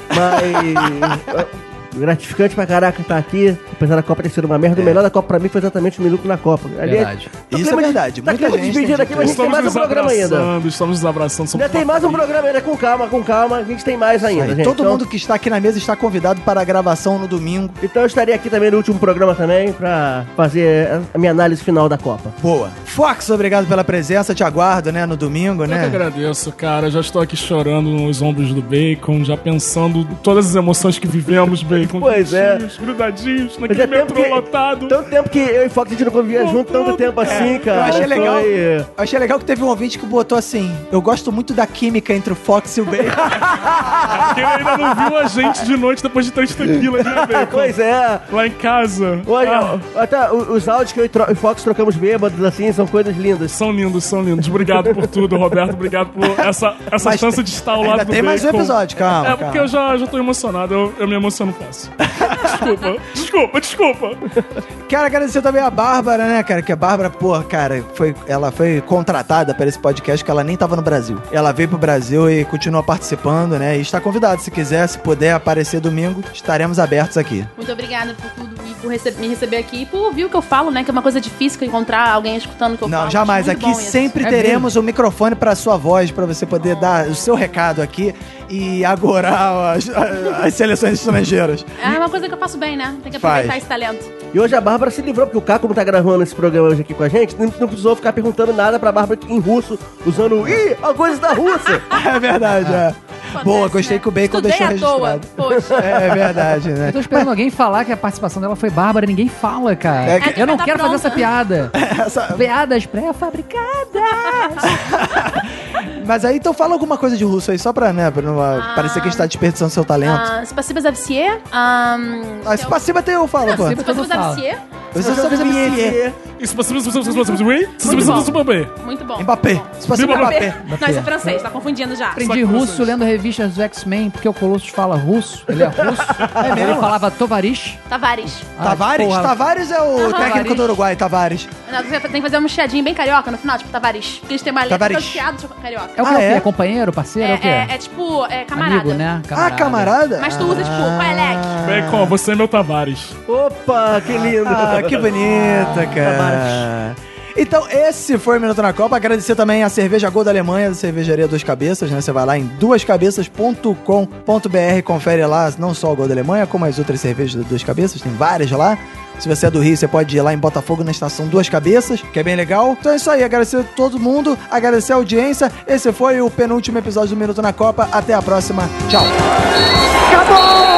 S2: mas. é, Gratificante pra caraca estar aqui, apesar da Copa ter sido uma merda. O melhor da Copa pra mim foi exatamente o minuto na Copa. Ali,
S5: Verdade.
S2: Tá
S1: Isso é
S2: clima de-
S1: verdade.
S2: Tá
S1: Muita
S2: clima de
S1: gente
S2: despedida
S1: tem
S2: aqui, mas a gente
S1: dito
S2: tem
S1: isso. é
S2: mais um
S4: nos
S2: programa ainda.
S4: abraçando, estamos nos abraçando. somos
S2: Ainda tem mais um programa ainda, com calma, com calma. A gente tem mais ainda,
S1: Aí,
S2: gente.
S1: Todo
S2: Então-
S1: mundo que está aqui na mesa está convidado para a gravação no domingo.
S2: Então eu estarei aqui também no último programa também pra fazer a minha análise final da Copa.
S1: Boa. Fox, obrigado pela presença. Te aguardo, né, no domingo,
S4: Então Eu que
S1: né?
S4: agradeço, cara. Já estou aqui chorando nos ombros do Bacon, já pensando em todas as emoções que vivemos, velho. Com
S2: Pois é.
S4: juntinhos, grudadinhos,
S2: Mas é
S4: naquele
S2: tempo
S4: metrô
S2: que,
S4: lotado.
S2: Tanto tempo que eu e Fox a gente não convivia
S4: Pô,
S2: junto, tanto
S4: tudo,
S2: tempo
S4: cara.
S2: assim, cara.
S1: É, Eu achei
S2: Foi-
S1: legal. Eu achei legal que teve um ouvinte que botou assim: Eu gosto muito da química entre o Fox e o Bacon.
S4: Porque ele ainda não viu a gente de noite depois de três tequilas, né, Bacon?
S2: Pois é.
S4: Lá em casa.
S2: Olha,
S4: Ah,
S2: até o- os áudios que eu e Tro- e Fox trocamos bêbados, assim, são coisas lindas.
S4: são lindos, são lindos. Obrigado por tudo, Roberto. Obrigado por essa, essa
S1: Mas
S4: chance de estar ao lado
S1: Ainda
S4: do
S1: tem mais um
S4: Bacon.
S1: episódio, calma.
S4: É, porque eu já, já tô emocionado, eu, eu me emociono fácil. Desculpa, desculpa, desculpa.
S1: Quero agradecer também a Bárbara, né, cara? Que a Bárbara, pô, cara, foi, ela foi contratada para esse podcast que ela nem tava no Brasil. Ela veio pro Brasil e continua participando, né? E está convidada. Se quiser, se puder aparecer domingo, estaremos abertos aqui.
S3: Muito obrigada por tudo e por rece- me receber aqui e por ouvir o que eu falo, né? Que é uma coisa difícil que eu encontrar alguém escutando o que eu falo.
S1: Não,
S3: Acho
S1: jamais.
S3: muito
S1: Aqui
S3: bom isso.
S1: sempre
S5: É
S1: teremos o microfone para sua voz, para você poder dar o seu recado aqui e agorar as, as seleções estrangeiras.
S3: É uma coisa que eu faço bem, né? Tem que
S1: Faz.
S3: aproveitar esse talento.
S2: E hoje a Bárbara se livrou, porque o Caco não tá gravando esse programa hoje aqui com a gente, não não precisou ficar perguntando nada pra Bárbara em russo, usando o ih, a coisa da Rússia.
S1: É verdade, é.
S3: Acontece,
S1: Boa, gostei
S3: né?
S1: que o Bacon
S3: Estudei
S1: deixou
S3: à toa.
S1: registrado.
S3: Poxa.
S1: É verdade, né?
S5: Eu tô esperando alguém falar que a participação dela foi bárbara, ninguém fala, cara.
S1: É que-
S5: Eu não
S3: Tá
S5: quero fazer
S3: pronta.
S5: essa piada.
S1: Essa-
S5: Piadas pré-fabricadas.
S1: Mas aí então fala alguma coisa de russo aí, só pra, né, pra não ah,
S3: Ah.
S1: parecer que a gente tá desperdiçando seu talento.
S3: Ah, Спасибо за все. Ам,
S1: Ah, se passiva até eu falo, pô.
S5: Спасибо.
S3: Спасибо
S5: Todo fala.
S3: за все.
S1: Você só
S3: um
S1: sabe se
S4: Isso passou, isso passou, isso passou, isso passou, isso passou, isso passou.
S3: Muito bom.
S1: Mbappé.
S3: muito bom.
S1: Se passiva
S3: Mbappé.
S1: Mbappé.
S3: Não, isso é francês, tá confundindo já.
S5: Aprendi russo lendo revistas do X-Men, porque o Colossus fala russo. Ele é russo. ele falava Tovarish.
S3: Tavares.
S5: Ah,
S1: Tavares?
S5: porra.
S1: Tavares é o
S3: Aham.
S1: técnico
S5: Tavares.
S1: do Uruguai, Tavares.
S3: Não, você tem que fazer um murchadinho bem carioca no final, tipo Tavares. Porque eles têm uma letra
S1: Tavares.
S3: associada tipo, carioca.
S5: É o que?
S1: Ah,
S5: é? o quê?
S1: é?
S5: É companheiro, parceiro? É, o quê?
S3: é, é tipo, é camarada.
S5: Amigo, né?
S1: Ah, camarada?
S3: Mas tu usa, tipo,
S1: Ah.
S3: qual é, Leque?
S4: Bacon, você é meu Tavares.
S2: Opa, que lindo.
S1: Ah, que bonita, cara. Então, esse foi o Minuto na Copa. Agradecer também a Cerveja Gol da Alemanha, da Cervejaria Duas Cabeças, né? Você vai lá em duascabeças.com.br, confere lá não só o Gol da Alemanha, como as outras cervejas da Duas Cabeças, tem várias lá. Se você é do Rio, você pode ir lá em Botafogo na estação Duas Cabeças, que é bem legal. Então é isso aí, agradecer a todo mundo, agradecer a audiência. Esse foi o penúltimo episódio do Minuto na Copa. Até a próxima. Tchau. Acabou!